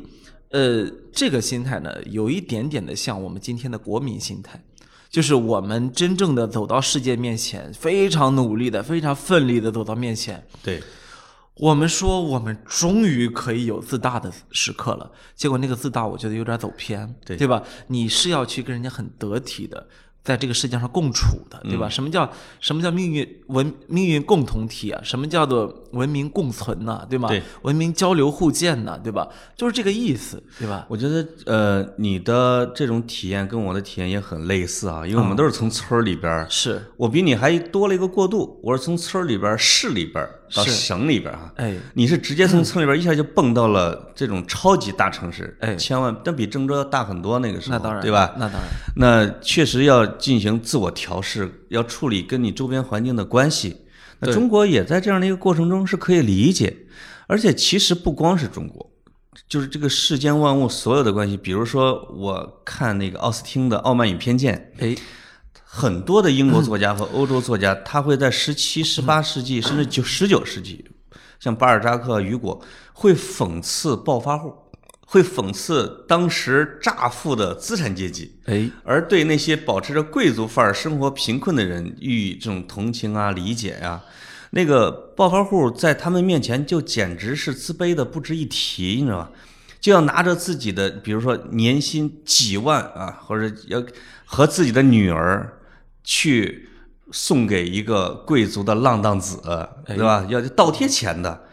S1: 呃，这个心态呢，有一点点的像我们今天的国民心态，就是我们真正的走到世界面前，非常努力的、非常奋力的走到面前。
S2: 对，
S1: 我们说，我们终于可以有自大的时刻了。结果那个自大，我觉得有点走偏，
S2: 对
S1: 吧？你是要去跟人家很得体的，在这个世界上共处的，对吧？
S2: 嗯
S1: 什么叫什么叫命运文命运共同体啊？什么叫做文明共存呐、对吧？
S2: 对
S1: 文明交流互鉴呐、对吧？就是这个意思，对吧？
S2: 我觉得呃，你的这种体验跟我的体验也很类似啊，因为我们都是从村儿里边儿。
S1: 是，
S2: 我比你还多了一个过渡，我是从村儿里边儿、市里边儿到
S1: 是
S2: 省里边儿啊。
S1: 哎，
S2: 你是直接从村里边儿一下就蹦到了这种超级大城市，
S1: 哎
S2: 千万，但比郑州要大很多那个时候，
S1: 那当然，
S2: 对吧？
S1: 那当然，
S2: 那确实要进行自我调试，要处理跟你周边环境的关系。那
S1: 对
S2: 中国也在这样的一个过程中是可以理解，而且其实不光是中国，就是这个世间万物所有的关系。比如说，我看那个奥斯汀的《傲慢与偏见
S1: 哎，》，
S2: 很多的英国作家和欧洲作家，他会在十七、十八世纪甚至九十九世纪，像巴尔扎克、雨果，会讽刺暴发户，会讽刺当时乍富的资产阶级。
S1: 哎，
S2: 而对那些保持着贵族范儿、生活贫困的人予以这种同情啊、理解呀、那个暴发户在他们面前就简直是自卑的不值一提，你知道吧？就要拿着自己的，比如说年薪几万啊，或者要和自己的女儿去送给一个贵族的浪荡子，对吧？要倒贴钱的。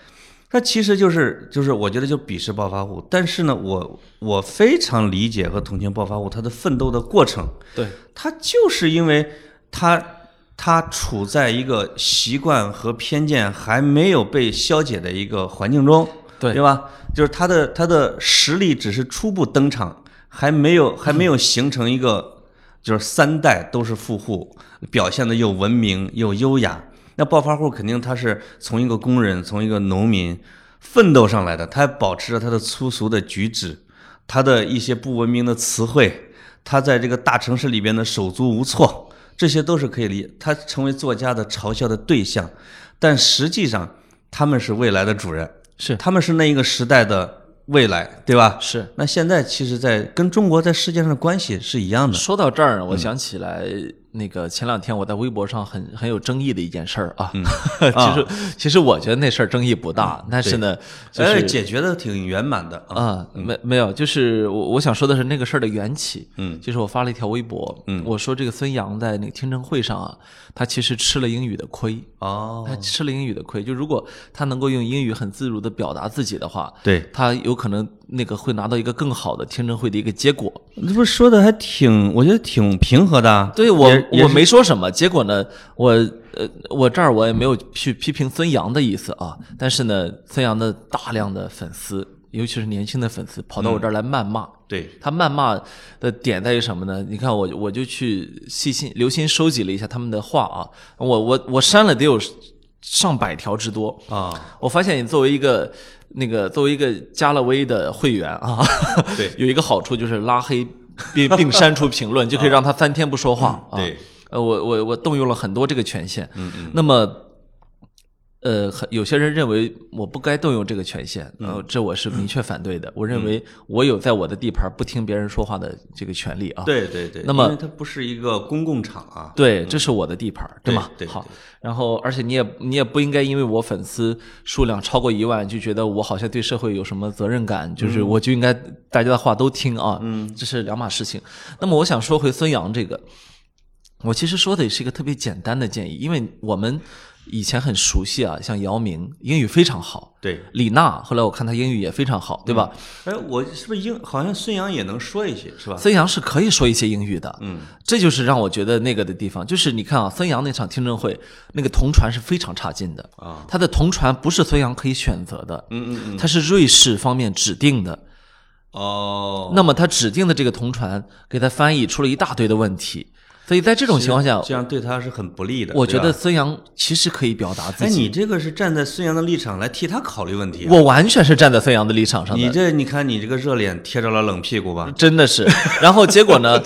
S2: 那其实就是就是，我觉得就鄙视暴发户，但是呢，我我非常理解和同情暴发户他的奋斗的过程，
S1: 对，
S2: 他就是因为他他处在一个习惯和偏见还没有被消解的一个环境中，
S1: 对
S2: 对吧？就是他的他的实力只是初步登场，还没有还没有形成一个、就是三代都是富户，表现的又文明又优雅。那暴发户肯定他是从一个工人，从一个农民奋斗上来的，他保持着他的粗俗的举止，他的一些不文明的词汇，他在这个大城市里边的手足无措，这些都是可以理解。他成为作家的嘲笑的对象，但实际上他们是未来的主人，
S1: 是
S2: 他们是那一个时代的未来，对吧？
S1: 是。
S2: 那现在其实在，跟中国在世界上的关系是一样的。
S1: 说到这儿，
S2: 嗯
S1: 我想起来，那个前两天我在微博上很很有争议的一件事儿啊，
S2: 嗯
S1: 其实其实我觉得那事儿争议不大，但是呢，就是
S2: 哎，解决的挺圆满的啊。
S1: 啊，没没有，就是我我想说的是那个事儿的缘起，
S2: 嗯，
S1: 就是我发了一条微博，
S2: 嗯
S1: 我说这个孙杨在那个听证会上啊，他其实吃了英语的亏，
S2: 哦，
S1: 他吃了英语的亏，就如果他能够用英语很自如的表达自己的话，
S2: 对，
S1: 他有可能那个会拿到一个更好的听证会的一个结果。
S2: 这不是说的还挺，我觉得挺平和的啊。
S1: 对我
S2: 也也
S1: 我
S2: 是
S1: 没说什么，结果呢，我呃我这儿我也没有去批评孙杨的意思啊，但是呢，孙杨的大量的粉丝，尤其是年轻的粉丝，跑到
S2: 嗯
S1: 我这儿来谩骂。
S2: 对，
S1: 他谩骂的点在于什么呢？你看我我就去细心留心收集了一下他们的话啊，我我我删了得有上百条之多
S2: 啊，
S1: 我发现你作为一个那个作为一个加了微的会员啊，
S2: 对
S1: 有一个好处就是拉黑并并删除评论，就可以让他三天不说话。啊、
S2: 嗯对，
S1: 呃，我我我动用了很多这个权限。嗯嗯。那么，呃，很有些人认为我不该动用这个权限，呃，
S2: 嗯
S1: 这我是明确反对的。我认为我有在我的地盘不听别人说话的这个权利啊。
S2: 对对对。
S1: 那么
S2: 因为它不是一个公共场啊。
S1: 对，这是我的地盘儿，对吗？
S2: 对对
S1: 好，然后而且你也你也不应该因为我粉丝数量超过一万，就觉得我好像对社会有什么责任感，就是
S2: 嗯
S1: 我就应该大家的话都听啊，嗯，这是两码事情。那么我想说回孙杨这个，我其实说的也是一个特别简单的建议，因为我们以前很熟悉啊，像姚明英语非常好，
S2: 对。
S1: 李娜后来我看她英语也非常好，对吧？
S2: 哎，我是不是英？好像孙杨也能说一些，是吧？
S1: 孙杨是可以说一些英语的，
S2: 嗯，
S1: 这就是让我觉得那个的地方，就是你看啊，孙杨那场听证会，那个同传是非常差劲的
S2: 啊，
S1: 他的同传不是孙杨可以选择的，
S2: 嗯嗯嗯。
S1: 他是瑞士方面指定的，
S2: 哦。
S1: 那么他指定的这个同传给他翻译出了一大堆的问题，所以在这种情况下，
S2: 这样对他是很不利的。
S1: 我觉
S2: 对
S1: 得
S2: 吧，
S1: 孙杨其实可以表达自
S2: 哎，
S1: 己，
S2: 你这个是站在孙杨的立场来替他考虑问题啊、
S1: 我完全是站在孙杨的立场上的嗯
S2: 你。这你看你这个热脸贴着了冷屁股吧？
S1: 真的是，然后结果 呢？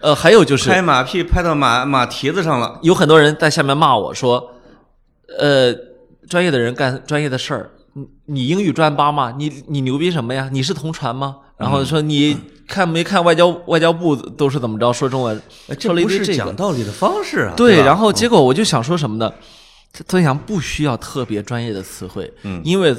S1: 呃，还有就是
S2: 拍马屁拍到马马蹄子上了。
S1: 有很多人在下面骂我说，呃，专业的人干专业的事儿，你你英语专八吗？你你牛逼什么呀？你是同传吗？然后
S2: 嗯
S1: 说你看没看外交外交部都是怎么着说中文
S2: 哎，这
S1: 说了一
S2: 不
S1: 堆
S2: 是
S1: 这
S2: 讲
S1: 个。
S2: 道理的方式啊！
S1: 对，
S2: 吧
S1: 然后结果我就想说什么呢？孙杨不需要特别专业的词汇，嗯，因为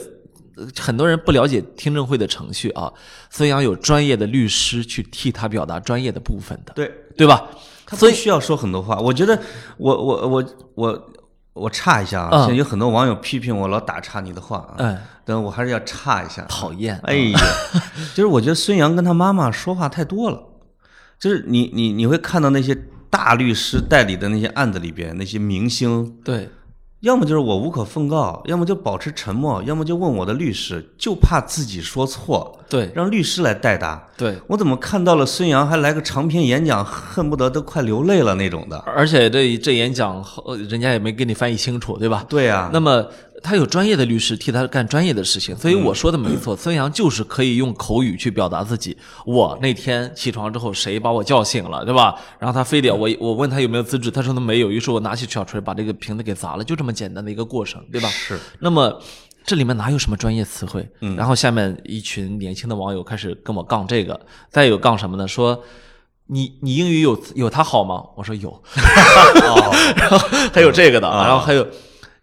S1: 呃很多人不了解听证会的程序啊，孙杨有专业的律师去替他表达专业的部分的，
S2: 对，
S1: 对吧？
S2: 他
S1: 所
S2: 不
S1: 以
S2: 需要说很多话。我觉得我我我我我岔一下啊，
S1: 嗯
S2: 现在有很多网友批评我老打岔你的话啊，
S1: 嗯
S2: 但我还是要岔一下。
S1: 讨厌，
S2: 哎呀，就是我觉得孙杨跟他妈妈说话太多了，就是你你你会看到那些大律师代理的那些案子里边那些明星，
S1: 对，
S2: 要么就是我无可奉告，要么就保持沉默，要么就问我的律师，就怕自己说错，
S1: 对，
S2: 让律师来代答。
S1: 对，
S2: 我怎么看到了孙杨还来个长篇演讲，恨不得都快流泪了那种的？
S1: 而且这这演讲后，人家也没给你翻译清楚，对吧？
S2: 对啊呀、
S1: 那么他有专业的律师替他干专业的事情，所以我说的没错，孙杨就是可以用口语去表达自己。我那天起床之后，谁把我叫醒了，对吧？然后他非得我我问他有没有资质，他说他没有，于是我拿起小锤把这个瓶子给砸了，就这么简单的一个过程，对吧？
S2: 是
S1: 那么这里面哪有什么专业词汇？嗯，然后下面一群年轻的网友开始跟我杠这个，再有杠什么呢？说你你英语有哦
S2: 嗯啊
S1: 有他好吗？我说有，然后还有这个的，然后还有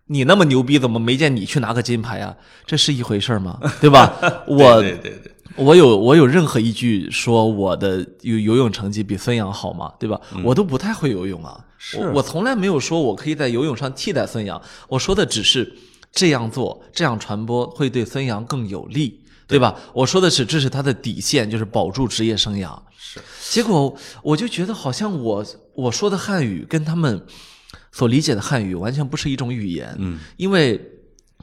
S1: 你那么牛逼，怎么没见你去拿个金牌啊？这是一回事儿吗？对 吧？我
S2: 对对对，
S1: 我有我有任何一句说我的游游泳成绩比孙杨好吗？对吧？我都不太会游泳啊，
S2: 嗯是
S1: 我我从来没有说我可以在游泳上替代孙杨，我说的只是这样做，这样传播会对孙杨更有利，对吧？我说的是这是他的底线，就是保住职业生涯。
S2: 是
S1: 结果我就觉得好像我我说的汉语跟他们所理解的汉语完全不是一种语言，
S2: 嗯，
S1: 因为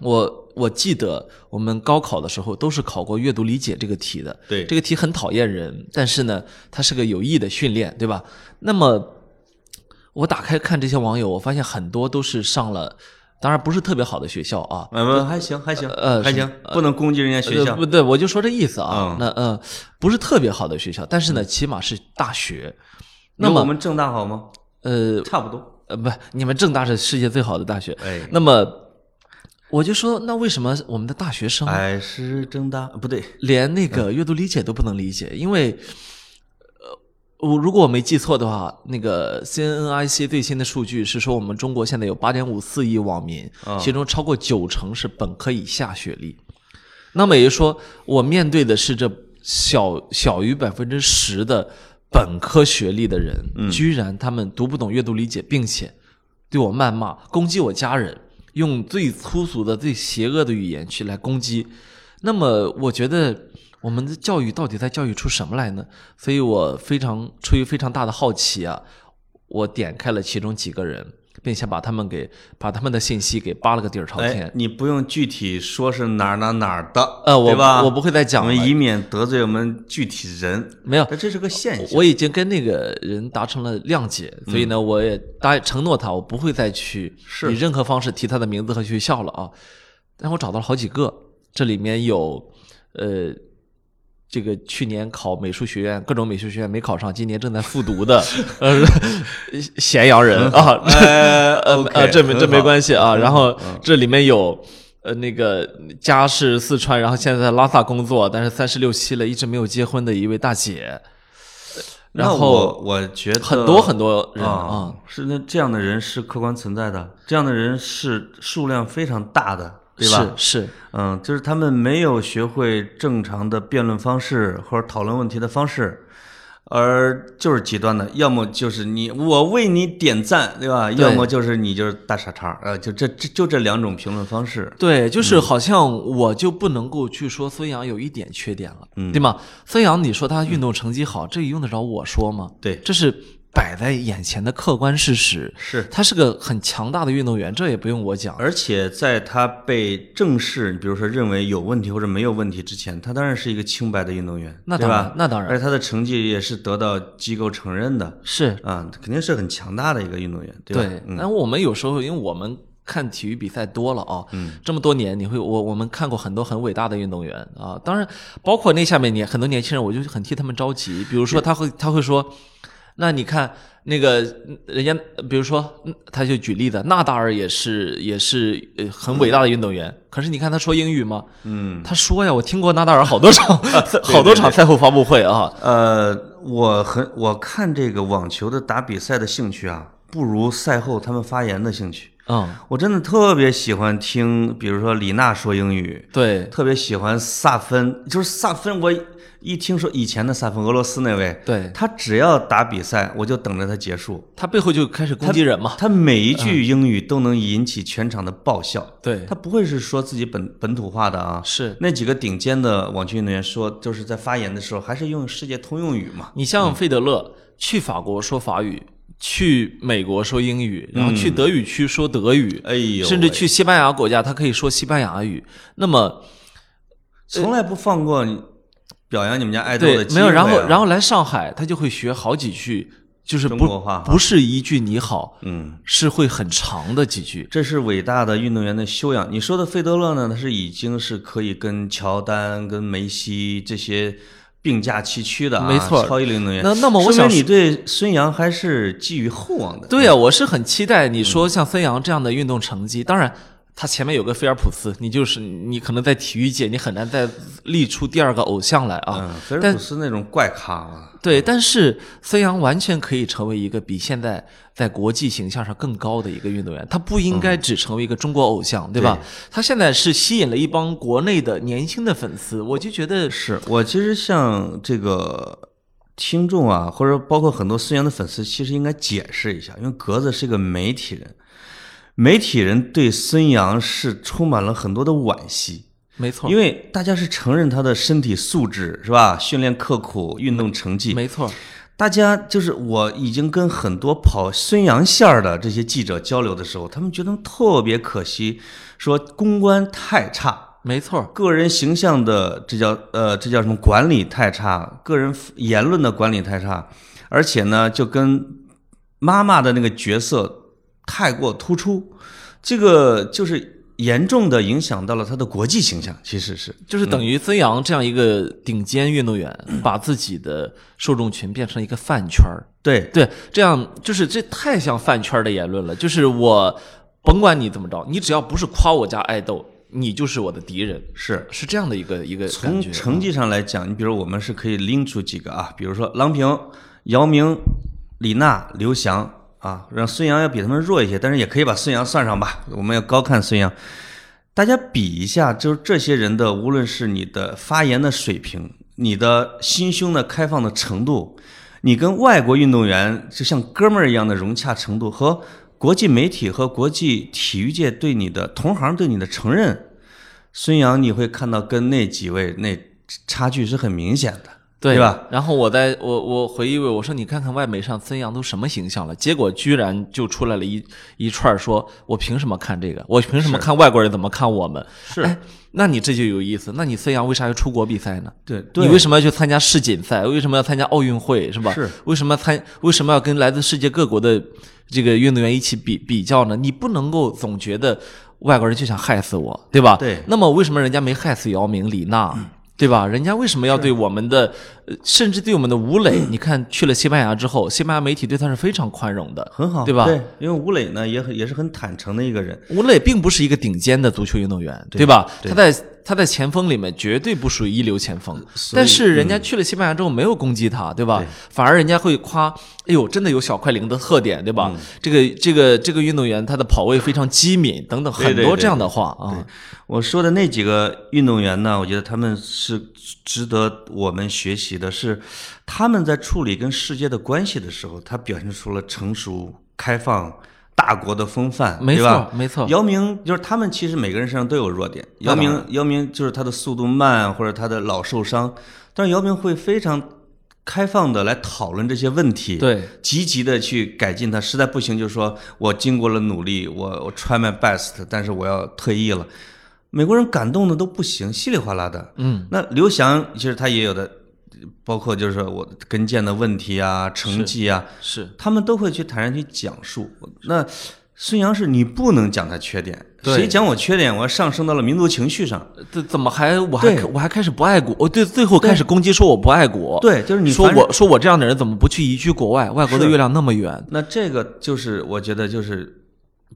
S1: 我我记得我们高考的时候都是考过阅读理解这个题的，
S2: 对
S1: 这个题很讨厌人，但是呢，它是个有益的训练，对吧？那么我打开看这些网友，我发现很多都是上了，当然不是特别好的学校啊，
S2: 我们还行还行
S1: 呃
S2: 还行，不能攻击人家学
S1: 呃
S2: 校
S1: 不，对，我就说这意思啊。
S2: 嗯
S1: 那呃，不是特别好的学校，但是呢，起码是大学。那
S2: 有
S1: 么
S2: 我们正大好吗？
S1: 呃
S2: 差不多，
S1: 呃，不，你们正大是世界最好的大学。
S2: 哎，
S1: 那么我就说，那为什么我们的大学生
S2: 哎是正大不对，
S1: 连那个阅读理解都不能理解？因为呃，我如果我没记错的话，那个 CNNIC 最新的数据是说，我们中国现在有8.54亿网民，
S2: 啊
S1: 其中超过九成是本科以下学历。那么也就是说，我面对的是这小小于百分之十的本科学历的人，居然他们读不懂阅读理解，并且对我谩骂、攻击我家人，用最粗俗的、最邪恶的语言去来攻击。那么，我觉得我们的教育到底在教育出什么来呢？所以我非常出于非常大的好奇啊，我点开了其中几个人，并且把他们给把他们的信息给扒了个底儿朝天
S2: 哎。你不用具体说是哪儿哪儿哪儿的，
S1: 呃，我
S2: 对吧？
S1: 我不会再
S2: 我
S1: 讲了
S2: 们，以免得罪我们具体人，
S1: 没有，
S2: 但这是个现象。
S1: 我已经跟那个人达成了谅解，所以呢，我也答承诺他，我不会再去
S2: 嗯是
S1: 以任何方式提他的名字和学校了啊。但我找到了好几个，这里面有呃，这个去年考美术学院各种美术学院没考上，今年正在复读 的呃咸阳人 啊，
S2: 呃
S1: 呃
S2: ，OK，
S1: 呃，这没这
S2: 很好嗯
S1: 没关系啊。然后这里面有呃那个家是四川，然后现在在拉萨工作，但是三十六七了，一直没有结婚的一位大姐。
S2: 那
S1: 然后
S2: 我我觉得
S1: 很多很多人啊
S2: 啊，，是那这样的人是客观存在的，这样的人是数量非常大的，对吧？
S1: 是是，
S2: 嗯，就是他们没有学会正常的辩论方式或者讨论问题的方式，而就是极端的，要么就是你我为你点赞，对吧？
S1: 对
S2: 要么就是你就是大傻叉，呃，就这这就这两种评论方式。
S1: 对，就是好像我就不能够去说孙杨有一点缺点了，对吗？孙杨，你说他运动成绩好，这用得着我说吗？
S2: 对，
S1: 这是摆在眼前的客观事实。
S2: 是，
S1: 他是个很强大的运动员，这也不用我讲。
S2: 而且在他被正式，比如说认为有问题或者没有问题之前，他当然是一个清白的运动员，
S1: 那
S2: 对
S1: 当
S2: 吧
S1: 然？，那当然
S2: 而且他的成绩也是得到机构承认的
S1: 是
S2: 啊，肯定是很强大的一个运动员，吧？
S1: 对，
S2: 嗯，
S1: 但我们有时候因为我们看体育比赛多了啊，
S2: 嗯
S1: 这么多年你会我我们看过很多很伟大的运动员啊，当然包括那下面年很多年轻人，我就很替他们着急。比如说他会他会说，那你看那个嗯人家，比如说嗯他就举例子，纳达尔也是也是呃很伟大的运动
S2: 嗯
S1: 员，可是你看他说英语吗？嗯，他说呀，我听过纳达尔好多 场好多场赛后发布会啊，
S2: 呃，我很我看这个网球的打比赛的兴趣啊，不如赛后他们发言的兴趣。
S1: 嗯，
S2: 我真的特别喜欢听，比如说李娜说英语，
S1: 对
S2: 特别喜欢萨芬，就是萨芬，我一听说以前的萨芬，俄罗斯那位，
S1: 对，
S2: 他只要打比赛，我就等着他结束。
S1: 他背后就开始攻击人嘛，
S2: 他每一句英语都能引起全场的爆笑，
S1: 对，
S2: 他不会是说自己本本土化的啊。
S1: 嗯是。
S2: 那几个顶尖的网球运动员说，就是在发言的时候还是用世界通用语嘛。
S1: 你像费德勒、去法国说法语，去美国说英语，然后去德语区说德语，
S2: 嗯哎呦喂，
S1: 甚至去西班牙国家，他可以说西班牙语。那么，
S2: 从来不放过表扬你们家爱豆
S1: 对
S2: 的，机
S1: 没
S2: 会啊、
S1: 有，然后然后来上海，他就会学好几句，就是
S2: 中
S1: 不
S2: 国话，
S1: 不是一句你好，
S2: 嗯，
S1: 是会很长的几句。
S2: 这是伟大的运动员的修养。你说的费德勒呢，他是已经是可以跟乔丹、跟梅西这些并驾齐驱的、啊，
S1: 没错
S2: 超一流运动员。
S1: 那那么我
S2: 说
S1: 想
S2: 明你对孙杨还是寄予厚望的。嗯
S1: 对呀、啊，我是很期待你说像孙杨这样的运动成绩。当然，他前面有个菲尔普斯，你就是你可能在体育界你很难再立出第二个偶像来啊。
S2: 嗯，菲尔
S1: 但
S2: 普斯那种怪咖啊，
S1: 对，但是孙杨完全可以成为一个比现在在国际形象上更高的一个运动员，他不应该只成为一个中国偶像，嗯对吧？他现在是吸引了一帮国内的年轻的粉丝，我就觉得
S2: 是我其实像这个听众啊，或者包括很多孙杨的粉丝，其实应该解释一下，因为格子是一个媒体人，媒体人对孙杨是充满了很多的惋惜，
S1: 没错，
S2: 因为大家是承认他的身体素质是吧？训练刻苦，运动成绩，
S1: 没错，
S2: 大家就是我已经跟很多跑孙杨线儿的这些记者交流的时候，他们觉得特别可惜，说公关太差。
S1: 没错，
S2: 个人形象的这叫呃这叫什么管理太差，个人言论的管理太差，而且呢就跟妈妈的那个角色太过突出，这个就是严重的影响到了他的国际形象，其实是
S1: 就是等于孙杨这样一个顶尖运动员，把自己的受众群变成一个饭圈儿，
S2: 对
S1: 对，这样就是这太像饭圈的言论了。就是我甭管你怎么着，你只要不是夸我家爱豆，你就是我的敌人，
S2: 是。
S1: 是这样的一个一个感
S2: 从
S1: 觉。嗯
S2: 成绩上来讲，你比如我们是可以拎出几个啊，比如说郎平、姚明、李娜、刘翔啊，让孙杨要比他们弱一些，但是也可以把孙杨算上吧，我们要高看孙杨。大家比一下，就是这些人的，无论是你的发言的水平，你的心胸的开放的程度，你跟外国运动员就像哥们儿一样的融洽程度，和国际媒体和国际体育界对你的同行对你的承认，孙杨你会看到跟那几位那差距是很明显的，
S1: 对
S2: 对吧？？
S1: 然后我在我我回忆我说你看看外媒上孙杨都什么形象了，结果居然就出来了一一串儿说，我凭什么看这个？我凭什么看外国人怎么看我们？
S2: 是
S1: 哎，那你这就有意思。那你孙杨为啥要出国比赛呢？
S2: 对，
S1: 你
S2: 对
S1: 为什么要去参加世锦赛？为什么要参加奥运会？是吧？
S2: 是。
S1: 为什么参？为什么要跟来自世界各国的这个运动员一起比比较呢？你不能够总觉得外国人就想害死我，对吧？
S2: 对嗯
S1: 那么为什么人家没害死姚明、李娜？对吧？人家为什么要对我们的，呃甚至对我们的吴磊？你看去了西班牙之后，西班牙媒体对他是非常宽容的，
S2: 很好，
S1: 对吧？
S2: 对，因为吴磊呢也很也是很坦诚的一个人，
S1: 吴磊并不是一个顶尖的足球运动员，对吧？他在他在前锋里面绝对不属于一流前锋，
S2: 所以嗯
S1: 但是人家去了西班牙之后没有攻击他，对吧？反而人家会夸，哎呦，真的有小快灵的特点，对吧？
S2: 嗯
S1: 这个这个这个运动员他的跑位非常机敏，等等
S2: 对
S1: 很
S2: 对
S1: 多
S2: 对
S1: 这样的话啊。
S2: 我说的那几个运动员呢，我觉得他们是值得我们学习的是，他们在处理跟世界的关系的时候，他表现出了成熟、开放、大国的风范，
S1: 没
S2: 对吧
S1: 错？，没错，
S2: 姚明就是他们，其实每个人身上都有弱点。
S1: 那
S2: 姚
S1: 当然
S2: 明，姚明就是他的速度慢，或者他的老受伤，但是姚明会非常开放的来讨论这些问题，
S1: 对，
S2: 积极的去改进它。实在不行，就说我经过了努力，我我 try my best，但是我要退役了。美国人感动的都不行，稀里哗啦的。
S1: 嗯，
S2: 那刘翔其实他也有的，包括就是说我跟腱的问题啊、成绩啊，
S1: 是
S2: 他们都会去坦然去讲述。那孙杨是你不能讲他缺点，
S1: 对
S2: 谁讲我缺点，我要上升到了民族情绪上。
S1: 这怎么还我还
S2: 对
S1: 我还开始不爱国？哦我对最后开始攻击说我不爱国，
S2: 对，就是你
S1: 说
S2: 凡
S1: 我说我这样的人怎么不去移居国外？外国的
S2: 是
S1: 月亮那么圆，
S2: 那这个就是我觉得就是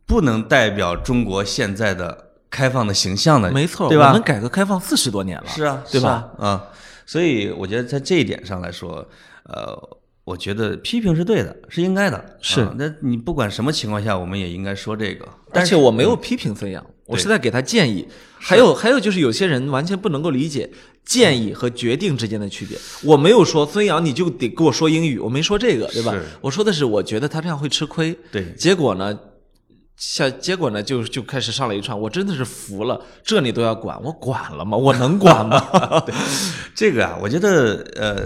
S2: 不能代表中国现在的开放的形象的，
S1: 没错，
S2: 对
S1: 我
S2: 吧
S1: 们？改革开放四十多年了，
S2: 是啊，
S1: 对
S2: 是
S1: 吧？
S2: 啊？啊，所以我觉得在这一点上来说，呃。我觉得批评是对的，是应该的。
S1: 是
S2: 啊那、你不管什么情况下，我们也应该说这个。
S1: 而
S2: 但
S1: 且
S2: 是
S1: 我没有批评孙杨，我是在给他建议。还有还有就是有些人完全不能够理解建议和决定之间的区别。我没有说孙杨你就得给我说英语，我没说这个，对吧
S2: 是？
S1: 我说的是我觉得他这样会吃亏。
S2: 对
S1: 结果呢，下结果呢就就开始上了一串，我真的是服了，这你都要管，我管了吗？我能管吗？
S2: 这个啊，我觉得呃，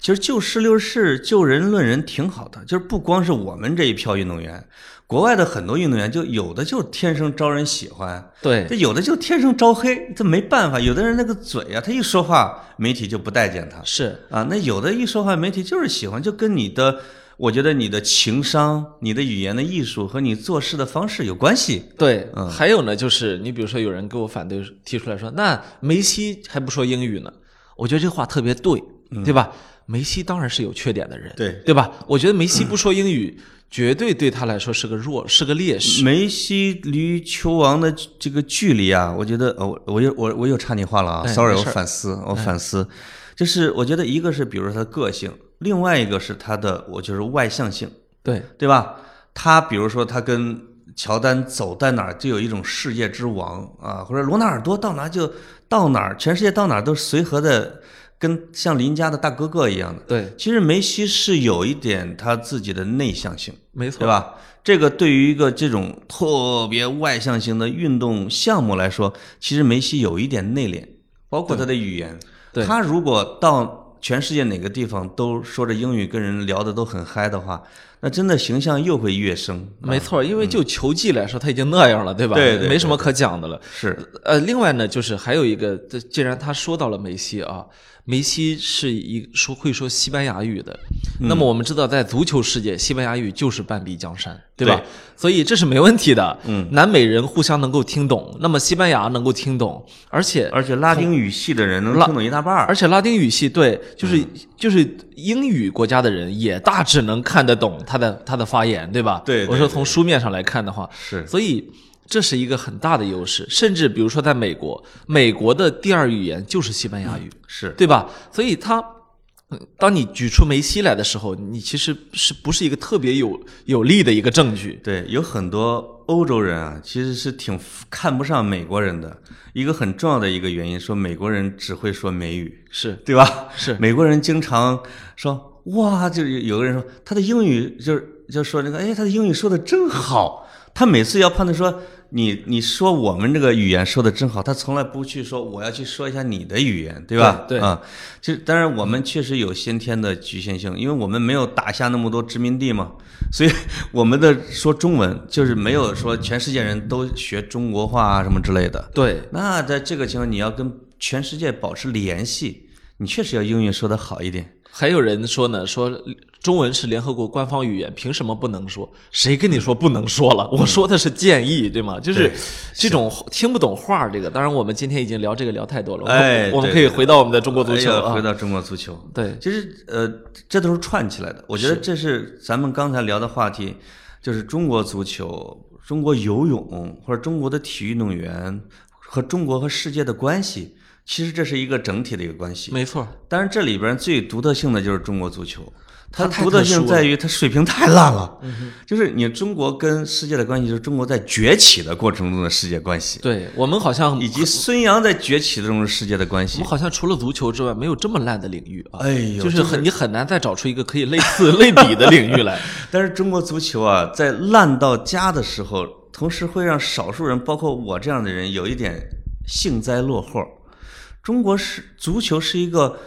S2: 其实就事论事、就人论人挺好的。就是不光是我们这一票运动员，国外的很多运动员，就有的就天生招人喜欢，
S1: 对
S2: 这有的就天生招黑，这没办法。有的人那个嘴啊，他一说话，媒体就不待见他
S1: 是
S2: 啊。那有的一说话，媒体就是喜欢，就跟你的，我觉得你的情商、你的语言的艺术和你做事的方式有关系。
S1: 对。
S2: 嗯
S1: 还有呢，就是你比如说有人给我反对提出来说，那梅西还不说英语呢？我觉得这话特别对，对吧？梅西当然是有缺点的人，
S2: 嗯对
S1: 对吧？我觉得梅西不说英语，绝对对他来说是个弱，是个劣势。
S2: 梅西离球王的这个距离啊，我觉得，呃，我我又我我又插你话了啊
S1: 哎
S2: ，sorry，
S1: 没
S2: 我
S1: 事儿哎
S2: 反思，我反思，就是我觉得一个是比如说他的个性，另外一个是他的我就是外向性，
S1: 对，
S2: 对吧？他比如说他跟乔丹走在哪儿就有一种世界之王啊，或者罗纳尔多到哪就到哪儿，全世界到哪儿都随和的，跟像邻家的大哥哥一样的。
S1: 对，
S2: 其实梅西是有一点他自己的内向性，
S1: 没
S2: 对
S1: 错，
S2: 吧？这个对于一个这种特别外向型的运动项目来说，其实梅西有一点内敛，包括他的语言。
S1: 对
S2: 他如果到全世界哪个地方都说着英语，跟人聊的都很嗨的话，那真的形象又会跃升。
S1: 没错，因为就球技来说，他已经那样了，对吧？
S2: 嗯对对
S1: 没什么可讲的了。
S2: 是，
S1: 呃，另外呢，就是还有一个，这既然他说到了梅西啊，梅西是一说会说西班牙语的，
S2: 嗯
S1: 那么我们知道，在足球世界，西班牙语就是半壁江山，对吧？
S2: 对
S1: 所以这是没问题的。
S2: 嗯，
S1: 南美人互相能够听懂，那么西班牙能够听懂，而且
S2: 而且拉丁语系的人能
S1: 拉
S2: 听懂一大半儿
S1: 而。且拉丁语系对，就是、
S2: 嗯
S1: 就是英语国家的人也大致能看得懂他的他的发言，对吧？
S2: 对对
S1: 我说
S2: 对
S1: 从书面上来看的话，
S2: 是
S1: 所以这是一个很大的优势。甚至比如说在美国，美国的第二语言就是西班牙语，
S2: 是，
S1: 对吧？所以他。嗯当你举出梅西来的时候，你其实是不是一个特别有有利的一个证据？
S2: 对，有很多欧洲人啊，其实是挺看不上美国人的。一个很重要的一个原因，说美国人只会说美语。
S1: 是
S2: 对吧？
S1: 是
S2: 美国人经常说哇，就是有个人说他的英语就是就说那个哎，他的英语说的真好。他每次要判断说你你说我们这个语言说的真好，他从来不去说我要去说一下你的语言，对吧？
S1: 对对
S2: 啊、其实当然我们确实有先天的局限性，因为我们没有打下那么多殖民地嘛，所以我们的说中文就是没有说全世界人都学中国话啊什么之类的。
S1: 对，
S2: 那在这个情况，你要跟全世界保持联系，你确实要英语说得好一点。
S1: 还有人说呢，说中文是联合国官方语言，凭什么不能说？谁跟你说不能说了？我说的是建议，对吗？就是
S2: 嗯对
S1: 这种听不懂话儿这个。当然，我们今天已经聊这个聊太多了，我们
S2: 哎
S1: 我们
S2: 对
S1: 可以回到我们的中国足球
S2: 哎呀
S1: 啊
S2: 回。到中国足球，
S1: 对，
S2: 其实呃，这都是串起来的。我觉得这是咱们刚才聊的话题，就是中国足球、中国游泳或者中国的体育运动员和中国和世界的关系。其实这是一个整体的一个关系。
S1: 没错儿，
S2: 当然，这里边最独特性的就是中国足球，它
S1: 它太
S2: 独特
S1: 特殊
S2: 性
S1: 了嗯
S2: 在于它水平太烂了。就是你中国跟世界的关系，就是中国在崛起的过程中的世界关系，
S1: 对我们好像
S2: 以及孙杨在崛起中的世界的关
S1: 我
S2: 系
S1: 们。好像除了足球之外，没有这么烂的领域啊。
S2: 哎呦
S1: 就是很你很难再找出一个可以类 似类比的领域来。
S2: 但是中国足球啊，在烂到家的时候，同时会让少数人，包括我这样的人，有一点幸灾落祸。中国是足球是一个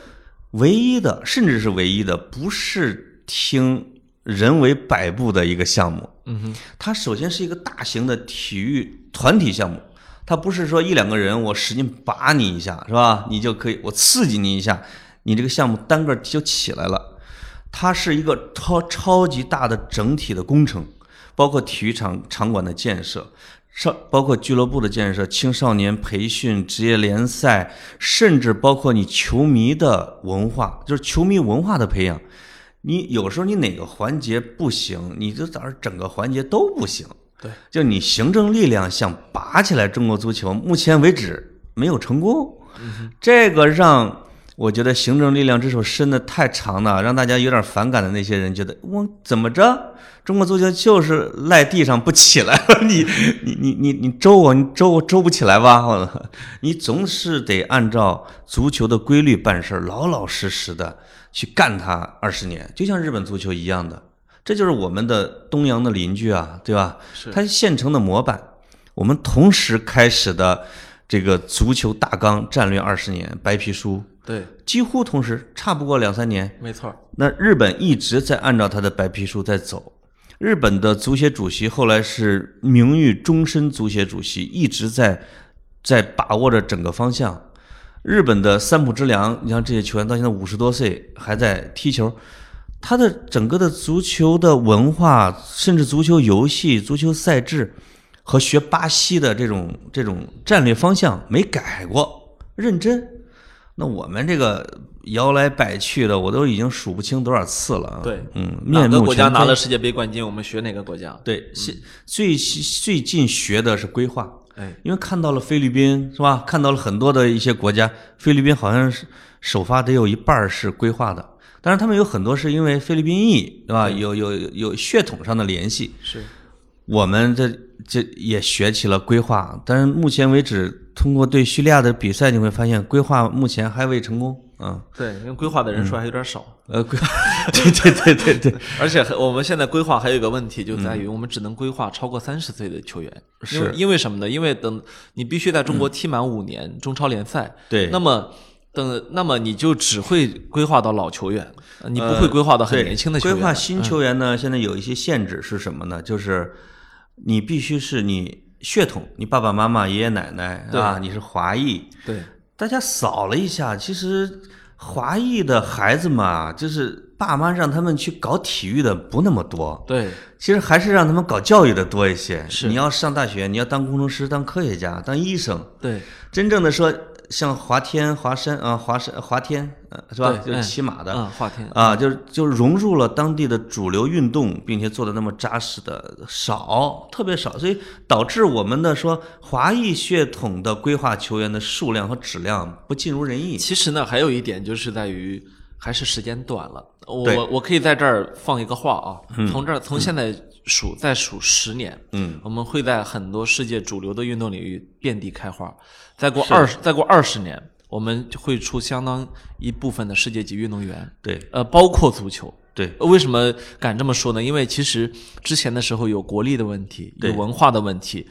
S2: 唯一的，甚至是唯一的，不是听人为摆布的一个项目。
S1: 嗯哼，
S2: 它首先是一个大型的体育团体项目，它不是说一两个人我使劲拔你一下是吧？你就可以我刺激你一下，你这个项目单个儿就起来了。它是一个超超级大的整体的工程，包括体育场场馆的建设，少包括俱乐部的建设、青少年培训、职业联赛，甚至包括你球迷的文化，就是球迷文化的培养。你有时候你哪个环节不行，你就导致整个环节都不行。
S1: 对，
S2: 就你行政力量想拔起来中国足球，目前为止没有成功。这个让我觉得行政力量这手伸的太长了，让大家有点反感的那些人觉得我怎么着，中国足球就是赖地上不起来你你你你你周我，你周我周不起来吧？我你总是得按照足球的规律办事儿，老老实实的去干它二十年，就像日本足球一样的。这就是我们的东洋的邻居啊，对吧？
S1: 是
S2: 它现成的模板。我们同时开始的这个足球大纲战略二十年白皮书，
S1: 对，
S2: 几乎同时，差不过两三年。
S1: 没错儿，
S2: 那日本一直在按照他的白皮书在走。日本的足协主席后来是名誉终身足协主席，一直在在把握着整个方向。日本的三浦知良，你像这些球员到现在五十多岁还在踢球，他的整个的足球的文化，甚至足球游戏、足球赛制和学巴西的这种这种战略方向没改过，认真。那我们这个摇来摆去的，我都已经数不清多少次了啊。
S1: 对
S2: 嗯，
S1: 哪
S2: 面
S1: 个
S2: 目
S1: 国家
S2: 全
S1: 拿
S2: 非。
S1: 了世界杯冠军，我们学哪个国家？
S2: 对，现最最近学的是规划，
S1: 哎，
S2: 因为看到了菲律宾是吧？看到了很多的一些国家，菲律宾好像是首发得有一半儿是规划的，但是他们有很多是因为菲律宾裔对吧？有有有血统上的联系。
S1: 是
S2: 我们这这也学起了规划，但是目前为止，通过对叙利亚的比赛，你会发现规划目前还未成功。嗯，
S1: 对，因为规划的人数还有点少，
S2: 呃，规，对对对对对，
S1: 而且还我们现在规划还有一个问题，就在于我们只能规划超过三十岁的球员，因为
S2: 是
S1: 因为什么呢？因为等你必须在中国踢满五年中超联赛，
S2: 对
S1: 那么等那么你就只会规划到老球员，呃你不会规划到很
S2: 呃对
S1: 年轻的球员。啊嗯
S2: 规划新球员呢，现在有一些限制是什么呢？就是你必须是你血统，你爸爸妈妈、爷爷奶奶
S1: 对
S2: 啊，你是华裔。
S1: 对
S2: 大家扫了一下，其实华裔的孩子嘛，就是爸妈让他们去搞体育的不那么多。
S1: 对
S2: 其实还是让他们搞教育的多一些。
S1: 是
S2: 你要上大学，你要当工程师、当科学家、当医生。
S1: 对
S2: 真正的说，像华天、华山啊、华山、华天，呃是吧？
S1: 对
S2: 就是
S1: 哎
S2: 骑马的、
S1: 嗯，华天
S2: 啊，就是就融入了当地的主流运动，并且做的那么扎实的少，特别少，所以导致我们的说华裔血统的规划球员的数量和质量不尽如人意。
S1: 其实呢，还有一点就是在于，还是时间短了。
S2: 对
S1: 我我可以在这儿放一个话啊，从这儿从现在数、再数十年，
S2: 嗯，
S1: 我们会在很多世界主流的运动领域遍地开花。再过二十，再过二十年，我们会出相当一部分的世界级运动员，
S2: 对
S1: 呃，包括足球。
S2: 对
S1: 呃为什么敢这么说呢？因为其实之前的时候有国力的问题，有
S2: 对
S1: 文化的问题，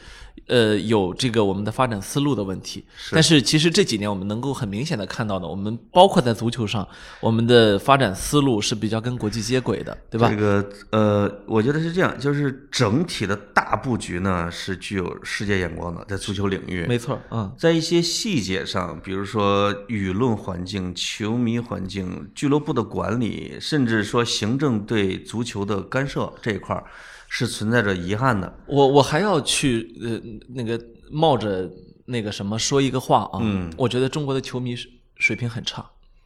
S1: 呃，有这个我们的发展思路的问题。但是其实这几年我们能够很明显的看到的，我们包括在足球上，我们的发展思路是比较跟国际接轨的，对吧
S2: 这？个呃，我觉得是这样，就是整体的大布局呢是具有世界眼光的，在足球领域。
S1: 没错，嗯，
S2: 在一些细节上，比如说舆论环境、球迷环境、俱乐部的管理，甚至说行政对足球的干涉这一块儿，是存在着遗憾的。
S1: 我我还要去呃那个冒着那个什么说一个话啊，
S2: 嗯
S1: 我觉得中国的球迷水水平很差。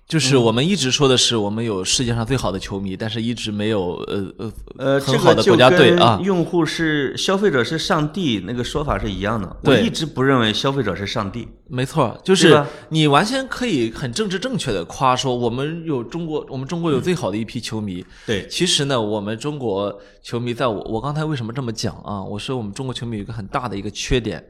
S1: 就是我们一直说的是我们有世界上最好的球迷，但是一直没有呃呃
S2: 呃，
S1: 很
S2: 这
S1: 好
S2: 个
S1: 的
S2: 就
S1: 国家队
S2: 跟
S1: 啊，
S2: 用户是消费者是上帝那个说法是一样的。我
S1: 对
S2: 一直不认为消费者是上帝。
S1: 没错，就
S2: 对
S1: 是
S2: 吧
S1: 你完全可以很政治正确的夸说我们有中国，我们中国有最好的一批球迷。
S2: 对，
S1: 其实呢，我们中国球迷在我我刚才为什么这么讲啊？我说我们中国球迷有一个很大的一个缺点，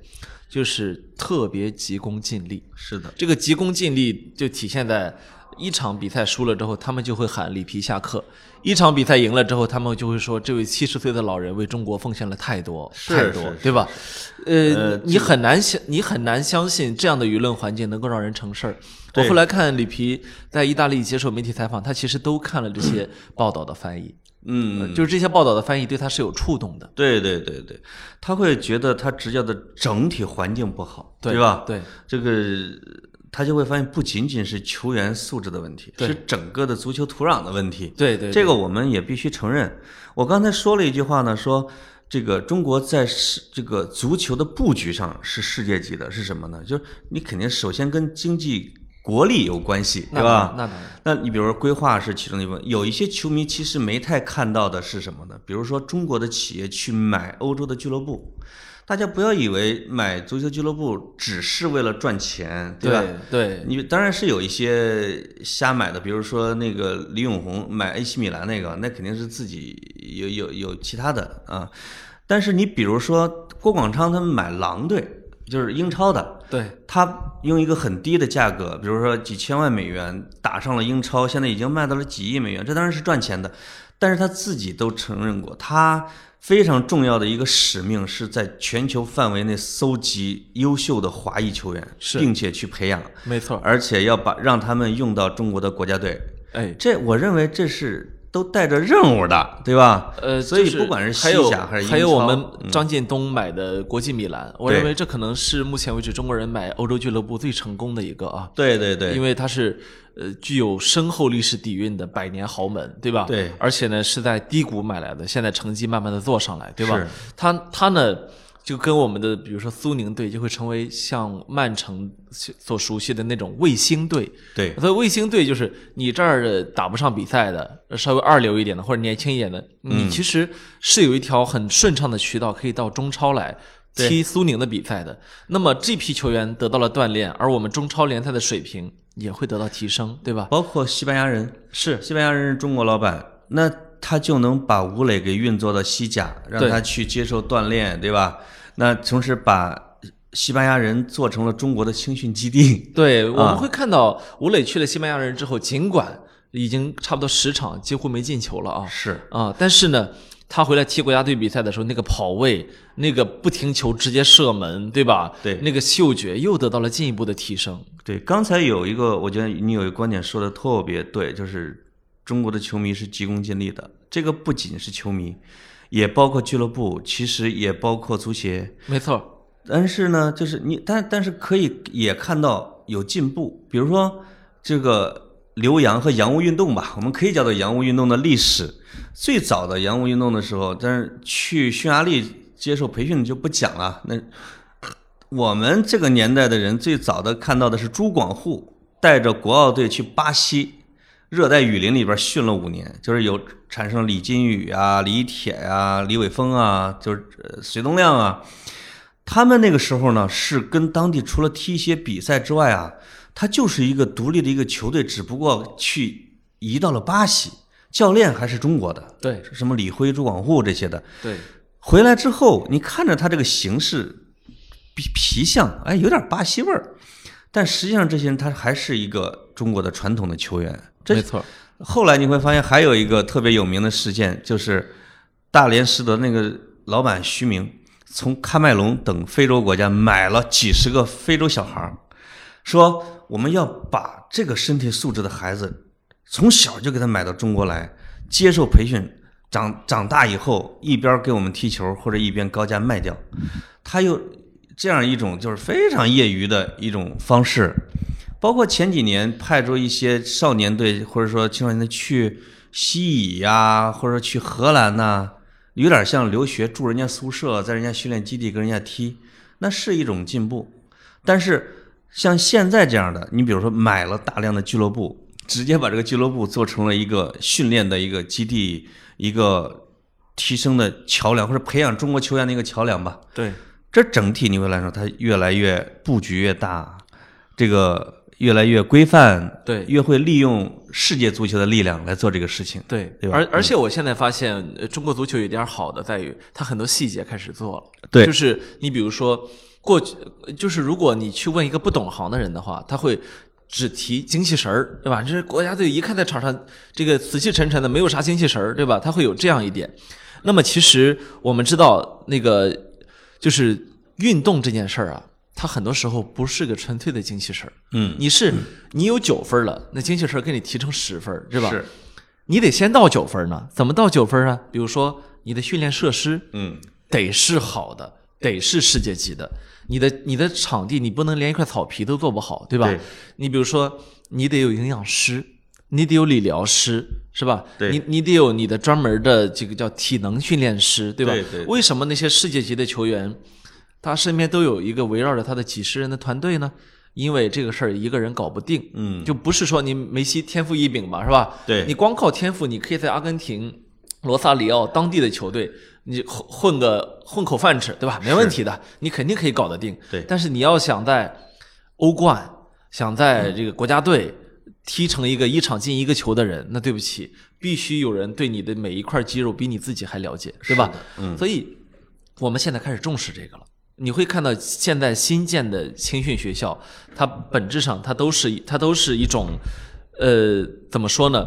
S1: 就是特别急功近利。
S2: 是的，
S1: 这个急功近利就体现在一场比赛输了之后，他们就会喊里皮下课；一场比赛赢了之后，他们就会说这位七十岁的老人为中国奉献了太多
S2: 是
S1: 太多
S2: 是，
S1: 对吧？呃
S2: 呃，
S1: 你很难相你很难相信这样的舆论环境能够让人成事儿。我
S2: 对
S1: 后来看里皮在意大利接受媒体采访，他其实都看了这些报道的翻译，呃
S2: 嗯，
S1: 就是这些报道的翻译对他是有触动的，
S2: 对对对对，他会觉得他执教的整体环境不好，
S1: 对
S2: 吧？
S1: 对，
S2: 这个他就会发现，不仅仅是球员素质的问题，
S1: 对
S2: 是整个的足球土壤的问题。
S1: 对对，
S2: 这
S1: 个
S2: 个我们也必须承认。我刚才说了一句话呢，说这个中国在世这个足球的布局上是世界级的，是什么呢？就是你肯定首先跟经济国力有关系，对
S1: 那
S2: 吧？
S1: 当然那当然，
S2: 那你比如说规划是其中的一部分，有一些球迷其实没太看到的是什么呢？比如说中国的企业去买欧洲的俱乐部，大家不要以为买足球俱乐部只是为了赚钱，吧？
S1: 对对
S2: 你当然是有一些瞎买的，比如说那个李永红买 AC 米兰那个，那肯定是自己有有有其他的啊。但是你比如说郭广昌他们买狼队，就是英超的，
S1: 对，
S2: 他用一个很低的价格，比如说几千万美元打上了英超，现在已经卖到了几亿美元，这当然是赚钱的。但是他自己都承认过，他非常重要的一个使命是在全球范围内搜集优秀的华裔球员，
S1: 是
S2: 并且去培养，
S1: 没错，
S2: 而且要把让他们用到中国的国家队。
S1: 哎。
S2: 这我认为这是都带着任务的，对吧？
S1: 呃，
S2: 所以
S1: 就是
S2: 不管是
S1: 还
S2: 西
S1: 有
S2: 甲还是英超，
S1: 还
S2: 嗯
S1: 有我们张近东买的国际米兰，我
S2: 对
S1: 认为这可能是目前为止中国人买欧洲俱乐部最成功的一个啊，
S2: 对对对，
S1: 因为它是呃具有深厚历史底蕴的百年豪门，对吧？
S2: 对
S1: 而且呢是在低谷买来的，现在成绩慢慢的做上来，对吧
S2: 是？
S1: 他他呢就跟我们的比如说苏宁队就会成为像曼城所熟悉的那种卫星队。
S2: 对，
S1: 所以卫星队就是你这儿打不上比赛的，稍微二流一点的或者年轻一点的，
S2: 嗯
S1: 你其实是有一条很顺畅的渠道可以到中超来。
S2: 对
S1: 踢苏宁的比赛的，那么这批球员得到了锻炼，而我们中超联赛的水平也会得到提升，对吧？
S2: 包括西班牙人，
S1: 是
S2: 西班牙人是中国老板，那他就能把吴磊给运作到西甲，让
S1: 对
S2: 他去接受锻炼，对吧？那同时把西班牙人做成了中国的青训基地。
S1: 对，我
S2: 啊
S1: 们会看到吴磊去了西班牙人之后，尽管已经差不多十场几乎没进球了啊
S2: 是，
S1: 啊，但是呢，他回来踢国家队比赛的时候，那个跑位，那个不停球直接射门，对吧？
S2: 对
S1: 那个嗅觉又得到了进一步的提升。
S2: 对。刚才有一个，我觉得你有一个观点说的特别对，就是中国的球迷是急功近利的。这个不仅是球迷，也包括俱乐部，其实也包括足协。
S1: 没错，
S2: 但是呢，就是你，但但是可以也看到有进步，比如说这个留洋和洋务运动吧，我们可以叫做洋务运动的历史。最早的洋务运动的时候，但是去匈牙利接受培训的就不讲了。那我们这个年代的人最早的看到的是朱广沪带着国奥队去巴西热带雨林里边训了五年，就是有产生李金羽啊、李铁啊、李玮峰啊，就是呃隋东亮啊。他们那个时候呢，是跟当地除了踢一些比赛之外啊，他就是一个独立的一个球队，只不过去移到了巴西，教练还是中国的，
S1: 对
S2: 什么李辉、朱广沪这些的。
S1: 对，
S2: 回来之后，你看着他这个形式，皮皮相，哎，有点巴西味儿，但实际上这些人他还是一个中国的传统的球员。这
S1: 没错，
S2: 后来你会发现还有一个特别有名的事件，就是大连实德那个老板徐明从喀麦隆等非洲国家买了几十个非洲小孩儿，说我们要把这个身体素质的孩子从小就给他买到中国来接受培训，长长大以后一边给我们踢球或者一边高价卖掉，他又这样一种就是非常业余的一种方式，包括前几年派出一些少年队或者说青少年队去西乙呀、或者说去荷兰呐、有点像留学住人家宿舍，在人家训练基地跟人家踢，那是一种进步。但是像现在这样的，你比如说买了大量的俱乐部，直接把这个俱乐部做成了一个训练的一个基地，一个提升的桥梁，或者培养中国球员的一个桥梁吧。
S1: 对，
S2: 这整体你会来说，它越来越布局越大，这个越来越规范，
S1: 对
S2: 越会利用世界足球的力量来做这个事情。
S1: 对
S2: 对，吧
S1: 而
S2: 嗯
S1: 而且我现在发现，呃中国足球有一点好的在于，它很多细节开始做了。
S2: 对
S1: 就是你比如说，过去呃就是如果你去问一个不懂行的人的话，他会。只提精气神儿，对吧？这国家队一看在场上这个死气沉沉的，没有啥精气神儿，对吧？他会有这样一点。那么其实我们知道，那个就是运动这件事儿啊，它很多时候不是个纯粹的精气神儿。
S2: 嗯，
S1: 你是你有九分儿了，那精气神儿给你提成十分儿，是吧？
S2: 是，
S1: 你得先到九分呢。怎么到九分啊？比如说你的训练设施
S2: 嗯，
S1: 得是好的，得是世界级的。你的你的场地你不能连一块草皮都做不好，对吧？
S2: 对
S1: 你比如说你得有营养师，你得有理疗师。是吧？
S2: 对
S1: 你你得有你的专门的这个叫体能训练师，对吧？
S2: 对对对
S1: 为什么那些世界级的球员，他身边都有一个围绕着他的几十人的团队呢？因为这个事儿一个人搞不定，
S2: 嗯
S1: 就不是说你梅西天赋异禀嘛，是吧？
S2: 对
S1: 你光靠天赋，你可以在阿根廷、罗萨里奥当地的球队，你混混个混口饭吃，对吧？没问题的，你肯定可以搞得定。
S2: 对
S1: 但是你要想在欧冠，想在这个国家队踢成一个一场进一个球的人，那对不起，必须有人对你的每一块肌肉比你自己还了解，对吧？嗯，所以我们现在开始重视这个了。你会看到现在新建的青训学校，它本质上它都是它都是一种，呃，怎么说呢？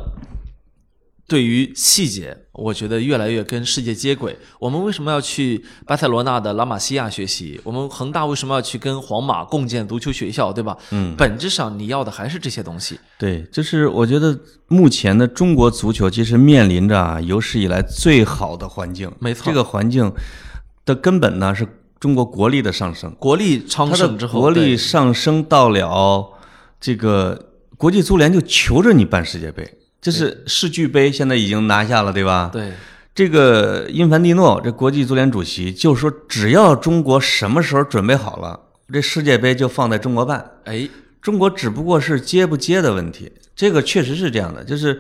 S1: 对于细节，我觉得越来越跟世界接轨。我们为什么要去巴塞罗那的拉玛西亚学习？我们恒大为什么要去跟皇马共建足球学校，对吧？嗯，本质上你要的还是这些东西。
S2: 对，就是我觉得目前的中国足球其实面临着啊有史以来最好的环境，
S1: 没错
S2: 这个环境的根本呢是中国国力的上升，
S1: 国力昌
S2: 它
S1: 盛
S2: 的
S1: 之后，
S2: 国力
S1: 对
S2: 上升到了这个国际足联就求着你办世界杯，这是世俱杯现在已经拿下了，对吧？。
S1: 对
S2: 这个因凡蒂诺，这国际足联主席就说，只要中国什么时候准备好了，这世界杯就放在中国办。
S1: 哎，
S2: 中国只不过是接不接的问题，这个确实是这样的。就是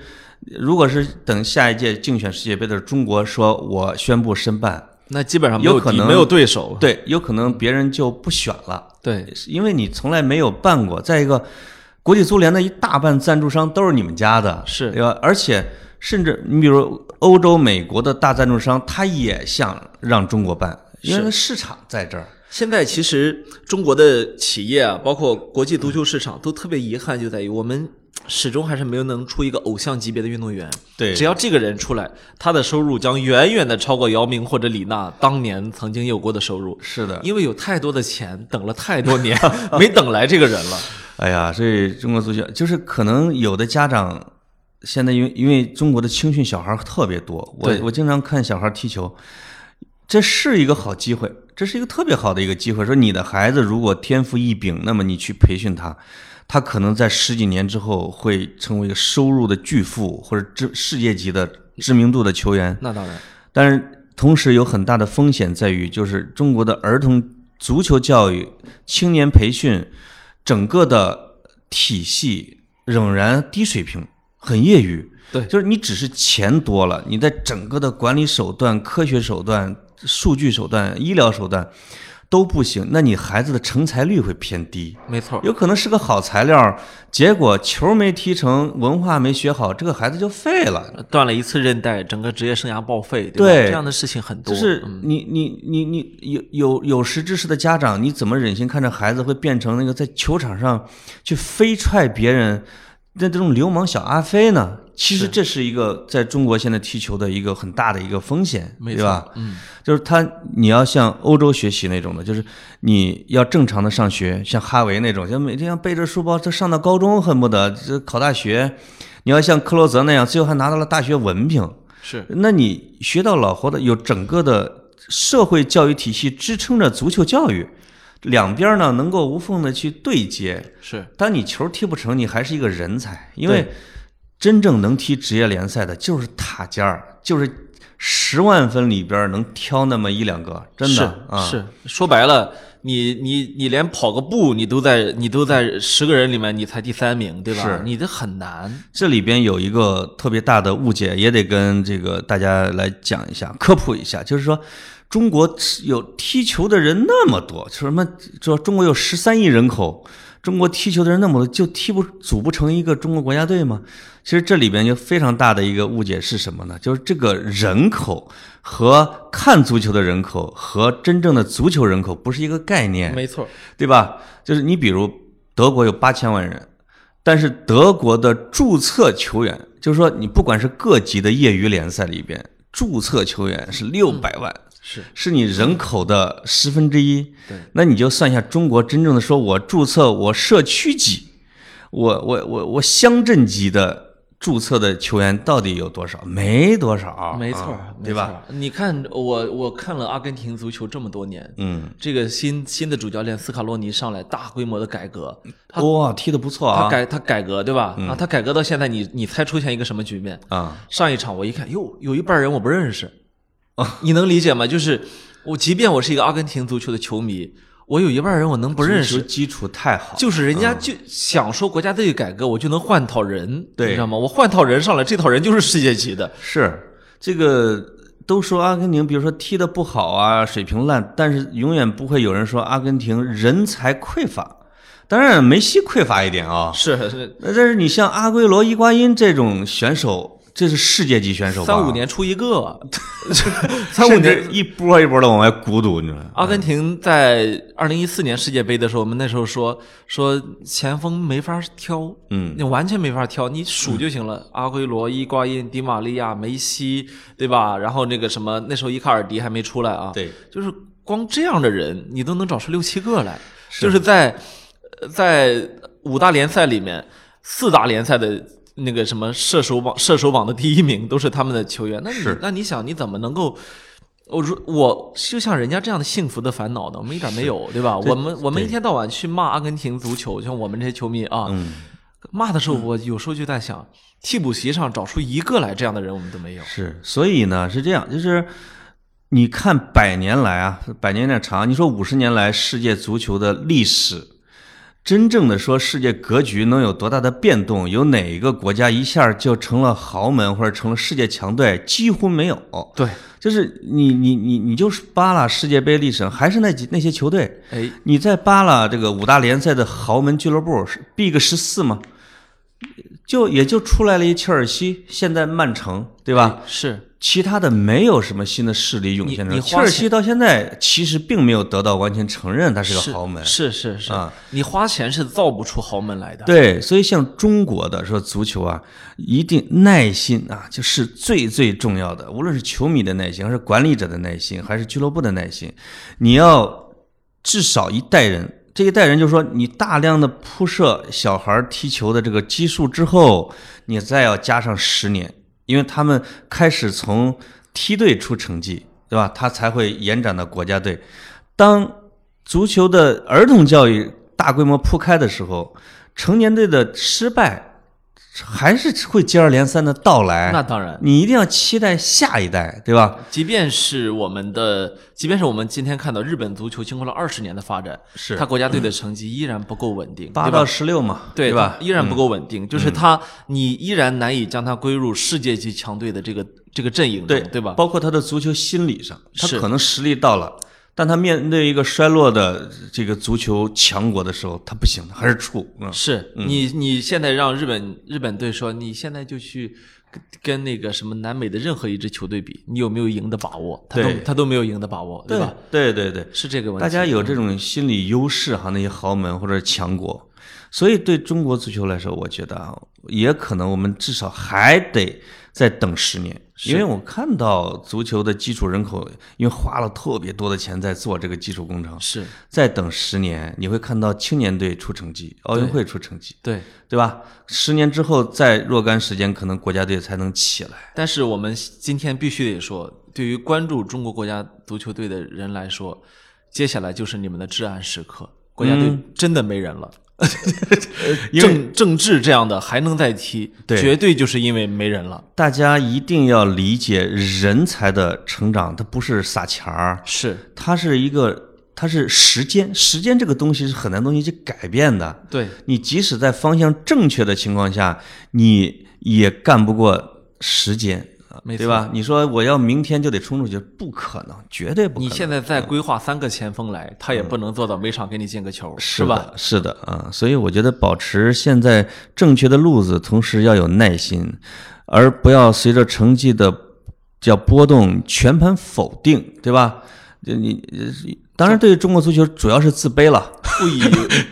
S2: 如果是等下一届竞选世界杯的时候中国说我宣布申办，
S1: 那基本上没有
S2: 有可
S1: 敌
S2: 能
S1: 没有对手，
S2: 对，有可能别人就不选了。
S1: 对，
S2: 因为你从来没有办过。再一个，国际足联的一大半赞助商都是你们家的，
S1: 是
S2: 对吧？而且甚至你比如欧洲、美国的大赞助商，他也想让中国办，因为它市场在这儿。
S1: 现在其实中国的企业啊，包括国际足球市场，都特别遗憾，就在于我们始终还是没有能出一个偶像级别的运动员。
S2: 对
S1: 只要这个人出来，他的收入将远远的超过姚明或者李娜当年曾经有过的收入，
S2: 是的，
S1: 因为有太多的钱等了太多 年，没等来这个人了。
S2: 哎呀，所以中国足球就是可能有的家长现在因为因为中国的青训小孩特别多，我
S1: 对
S2: 我经常看小孩踢球，这是一个好机会，这是一个特别好的一个机会。说你的孩子如果天赋异禀，那么你去培训他，他可能在十几年之后会成为一个收入的巨富或者知世界级的知名度的球员。
S1: 那当然，
S2: 但是同时有很大的风险在于，就是中国的儿童足球教育、青年培训整个的体系仍然低水平，很业余。
S1: 对
S2: 就是你只是钱多了，你在整个的管理手段、科学手段、数据手段、医疗手段都不行，那你孩子的成才率会偏低。
S1: 没错，
S2: 有可能是个好材料，结果球没踢成，文化没学好，这个孩子就废了。
S1: 断了一次韧带，整个职业生涯报废，对吧？
S2: 对
S1: 这样的事情很多。嗯
S2: 就是你你你你有有有识之士的家长，你怎么忍心看着孩子会变成那个在球场上去飞踹别人那这种流氓小阿飞呢？其实这是一个在中国现在踢球的一个很大的一个风险，
S1: 没
S2: 对
S1: 错
S2: 吧？
S1: 嗯，
S2: 就是他你要向欧洲学习那种的，就是你要正常的上学，像哈维那种，像每天要背着书包，这上到高中恨不得这考大学。你要像克罗泽那样，最后还拿到了大学文凭，
S1: 是
S2: 那你学到老活的有整个的社会教育体系支撑着足球教育，两边呢能够无缝的去对接。
S1: 是，
S2: 当你球踢不成，你还是一个人才，因为真正能踢职业联赛的就是塔尖儿，就是十万分里边能挑那么一两个，真的啊，
S1: 是,、是说白了，你你你连跑个步，你都在你都在十个人里面，你才第三名，对吧？
S2: 是
S1: 你这很难。
S2: 这里边有一个特别大的误解，也得跟这个大家来讲一下，科普一下，就是说。中国有踢球的人那么多，说什么说中国有十三亿人口，中国踢球的人那么多，就踢不组不成一个中国国家队吗？其实这里边就非常大的一个误解是什么呢？就是这个人口和看足球的人口和真正的足球人口不是一个概念。
S1: 没错，
S2: 对吧？就是你比如德国有八千万人，但是德国的注册球员，就是说你不管是各级的业余联赛里边，注册球员是六百
S1: 嗯
S2: 万。
S1: 是
S2: 是你人口的十分之一
S1: 对，
S2: 那你就算一下中国真正的说，我注册我社区级，我我我我乡镇级的注册的球员到底有多少？没多少，
S1: 没错，
S2: 啊
S1: 没
S2: 对吧？
S1: 错？你看我我看了阿根廷足球这么多年，
S2: 嗯，
S1: 这个新新的主教练斯卡洛尼上来，大规模的改革，
S2: 哇、踢得不错
S1: 他
S2: 啊！嗯
S1: 改他改革对吧？啊，他改革到现在，你你猜出现一个什么局面？
S2: 啊，
S1: 上一场我一看，哟，有一半人我不认识，
S2: 啊
S1: 你能理解吗？就是我，即便我是一个阿根廷足球的球迷，我有一半人我能不认
S2: 足
S1: 识
S2: 球，嗯基础太好了，
S1: 就是人家就想说国家队改革，我就能换套人，
S2: 对
S1: 你知道吗？我换套人上来，这套人就是世界级的，
S2: 是这个都说阿根廷，比如说踢得不好啊，水平烂，但是永远不会有人说阿根廷人才匮乏。当然，梅西匮乏一点啊，
S1: 是是
S2: 那但是你像阿圭罗、伊瓜因这种选手，这是世界级选手吧？
S1: 三五，年出一 个，三
S2: 三
S1: 五
S2: 五
S1: 年
S2: 年一波一波的往外鼓捣，你知道吗？
S1: 阿根廷在二零一四年世界杯的时候，我们那时候说说前锋没法挑，
S2: 嗯，
S1: 你完全没法挑，你数就行了。阿圭罗、伊瓜因、迪玛利亚、梅西，对吧？然后那个什么，那时候伊卡尔迪还没出来啊，，
S2: 对，
S1: 就是光这样的人，你都能找出六七个来， 就是在呃在五大联赛里面，四大联赛的。那个什么射手榜射手榜的第一名都是他们的球员，那你
S2: 是
S1: 那你想你怎么能够我如我就像人家这样的幸福的烦恼呢，我们一点没有，对吧？我们我们一天到晚去骂阿根廷足球，像我们这些球迷啊，骂的时候，我有时候就在想，替补席上找出一个来这样的人，我们都没有。
S2: 是，所以呢是这样，就是你看百年来啊，百年有点长，你说五十年来世界足球的历史，真正的说世界格局能有多大的变动，有哪一个国家一下就成了豪门或者成了世界强队，几乎没有。
S1: 对，
S2: 就是你你你你就是扒拉世界杯历史上，还是那几那些球队，
S1: 哎，
S2: 你在扒拉这个五大联赛的豪门俱乐部是 Big 十四吗？就也就出来了一切尔西，现在曼城，对吧？
S1: 是
S2: 其他的没有什么新的势力涌现出
S1: 你
S2: 来。
S1: 你
S2: 切
S1: 花
S2: 尔
S1: 钱
S2: 西到现在其实并没有得到完全承认，它是个豪门。
S1: 是是是
S2: 啊，
S1: 你花钱是造不出豪门来的。
S2: 对，所以像中国的说足球啊，一定耐心啊，就是最最重要的。无论是球迷的耐心，还是管理者的耐心，还是俱乐部的耐心，你要至少一代人。这一代人就是说，你大量的铺设小孩儿踢球的这个基数之后，你再要加上十年，因为他们开始从梯队出成绩，对吧？他才会延展到国家队。当足球的儿童教育大规模铺开的时候，成年队的失败还是会接二连三的到来。
S1: 那当然，
S2: 你一定要期待下一代，对吧？
S1: 即便是我们的，即便是我们今天看到日本足球经过了二十年的发展，
S2: 是
S1: 他国家队的成绩依然不够稳定，
S2: 八
S1: 对吧
S2: 到？十六嘛，
S1: 对
S2: 吧？嗯
S1: 依然不够稳定，就是他，你依然难以将他归入世界级强队的这个这个阵营中，
S2: 对
S1: 对吧？
S2: 包括他的足球心理上，他
S1: 是
S2: 可能实力到了，但他面对一个衰落的这个足球强国的时候，他不行，他还是怵。嗯，
S1: 是你你现在让日本日本队说，你现在就去跟跟那个什么南美的任何一支球队比，你有没有赢的把握？他都
S2: 对
S1: 他都没有赢的把握，对吧？
S2: 对对对，
S1: 是这个问题。
S2: 大家有这种心理优势哈，那些豪门或者强国，所以对中国足球来说，我觉得啊，也可能我们至少还得再等十年，因为我看到足球的基础人口，因为花了特别多的钱在做这个基础工程，
S1: 是
S2: 再等十年，你会看到青年队出成绩，奥运会出成绩，
S1: 对，
S2: 对吧？十年之后，在若干时间，可能国家队才能起来。
S1: 但是我们今天必须得说，对于关注中国国家足球队的人来说，接下来就是你们的至暗时刻。国家队真的没人了，
S2: 嗯
S1: 呃
S2: 因为
S1: 郑郑智这样的还能再踢，
S2: 对
S1: 绝对就是因为没人了。
S2: 大家一定要理解人才的成长，它不是撒钱儿，
S1: 是
S2: 它是一个，它是时间，时间这个东西是很难东西去改变的。
S1: 对，
S2: 你即使在方向正确的情况下，你也干不过时间，啊
S1: 没错
S2: 对吧？你说我要明天就得冲出去，不可能，绝对不可
S1: 你
S2: 能。嗯
S1: 现在再规划三个前锋来，他也不能做到每场给你进个球，是
S2: 的
S1: 吧？？
S2: 是的啊，所以我觉得保持现在正确的路子，同时要有耐心，而不要随着成绩的叫波动全盘否定，对吧？就你呃当然对中国足球主要是自卑了，
S1: 不 以，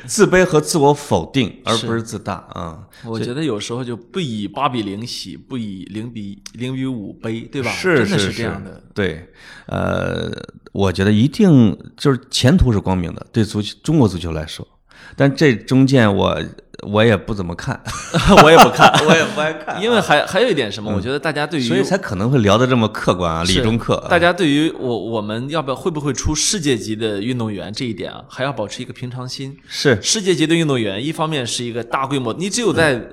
S2: 自卑和自我否定，而不是自大啊。
S1: 我觉得有时候就不以八比零喜，不以零比零比五悲，对吧？
S2: 是
S1: 真的
S2: 是
S1: 这样的。，
S2: 对，呃，我觉得一定就是前途是光明的，对足球中国足球来说，但这中间我我也不怎么看， 我也不 看，我也不爱看
S1: 因为还还有一点什么，我觉得大家对于
S2: 嗯所以才可能会聊得这么客观啊，理
S1: 是
S2: 中客啊。
S1: 大家对于我我们要不要会不会出世界级的运动员这一点啊，还要保持一个平常心。
S2: 是
S1: 世界级的运动员，一方面是一个大规模，你只有在、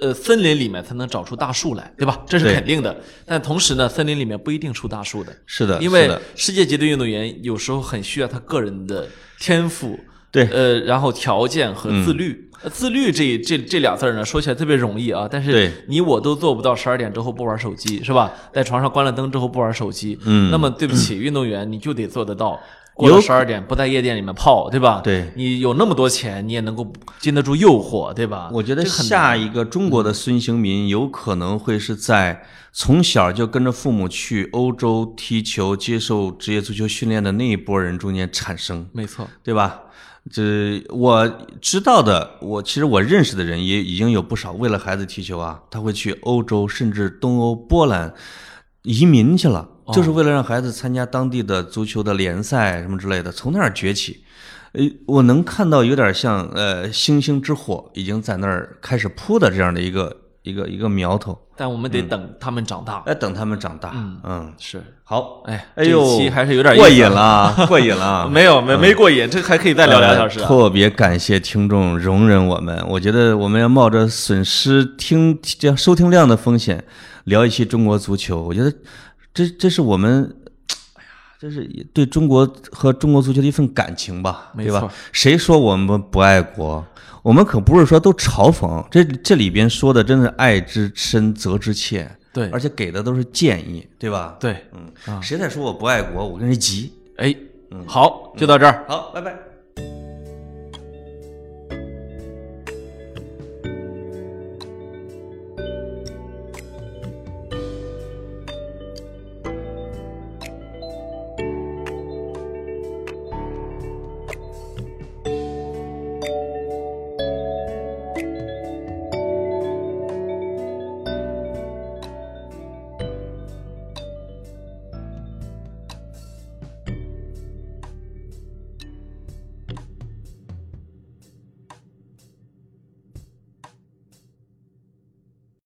S1: 呃森林里面才能找出大树来，对吧？这是
S2: 对
S1: 肯定的。但同时呢，森林里面不一定出大树的，
S2: 是的，
S1: 因
S2: 是
S1: 为
S2: 的
S1: 世界级的运动员有时候很需要他个人的天赋，
S2: 对嗯
S1: 呃，然后条件和自律。呃自律这这这俩字儿呢，说起来特别容易啊，但
S2: 对
S1: 是你我都做不到十二点之后不玩手机，是吧？在床上关了灯之后不玩手机，嗯，那么对不起，运动员你就得做得到。过了
S2: 有
S1: 十二点不在夜店里面泡，对吧？
S2: 对
S1: 你有那么多钱，你也能够经得住诱惑，对吧？
S2: 我觉得
S1: 啊这个很嗯
S2: 下一个中国的孙兴民有可能会是在从小就跟着父母去欧洲踢球、接受职业足球训练的那一波人中间产生，
S1: 没错，
S2: 对吧？这我知道的，我其实我认识的人也已经有不少为了孩子踢球啊，他会去欧洲甚至东欧、波兰移民去了，
S1: 哦
S2: 就是为了让孩子参加当地的足球的联赛什么之类的，从那儿崛起。呃，我能看到有点像呃《星星之火》已经在那儿开始铺的这样的一个一个一个苗头，
S1: 但我们
S2: 嗯
S1: 得等他们长大。
S2: 哎，等他们长大，嗯，
S1: 是，
S2: 好，
S1: 哎，这
S2: 哎
S1: 一
S2: 呦，
S1: 期还是有点意
S2: 过
S1: 思
S2: 瘾了啊，过瘾 了啊，
S1: 没有没没过瘾，这还可以再聊两小时
S2: 呃
S1: 啊。
S2: 特别感谢听众容忍我们，我觉得我们要冒着损失听这收听量的风险，聊一期中国足球，我觉得这这是我们。哎呀，这是对中国和中国足球的一份感情吧，
S1: 没
S2: 对吧
S1: 错？
S2: 谁说我们不爱国？我们可不是说都嘲讽，这这里边说的真是爱之深，责之切，
S1: 对
S2: 而且给的都是建议，对吧？，
S1: 对，
S2: 嗯，谁再说我不爱国，我跟谁急？
S1: 哎，好，就到这儿。
S2: 好，拜拜。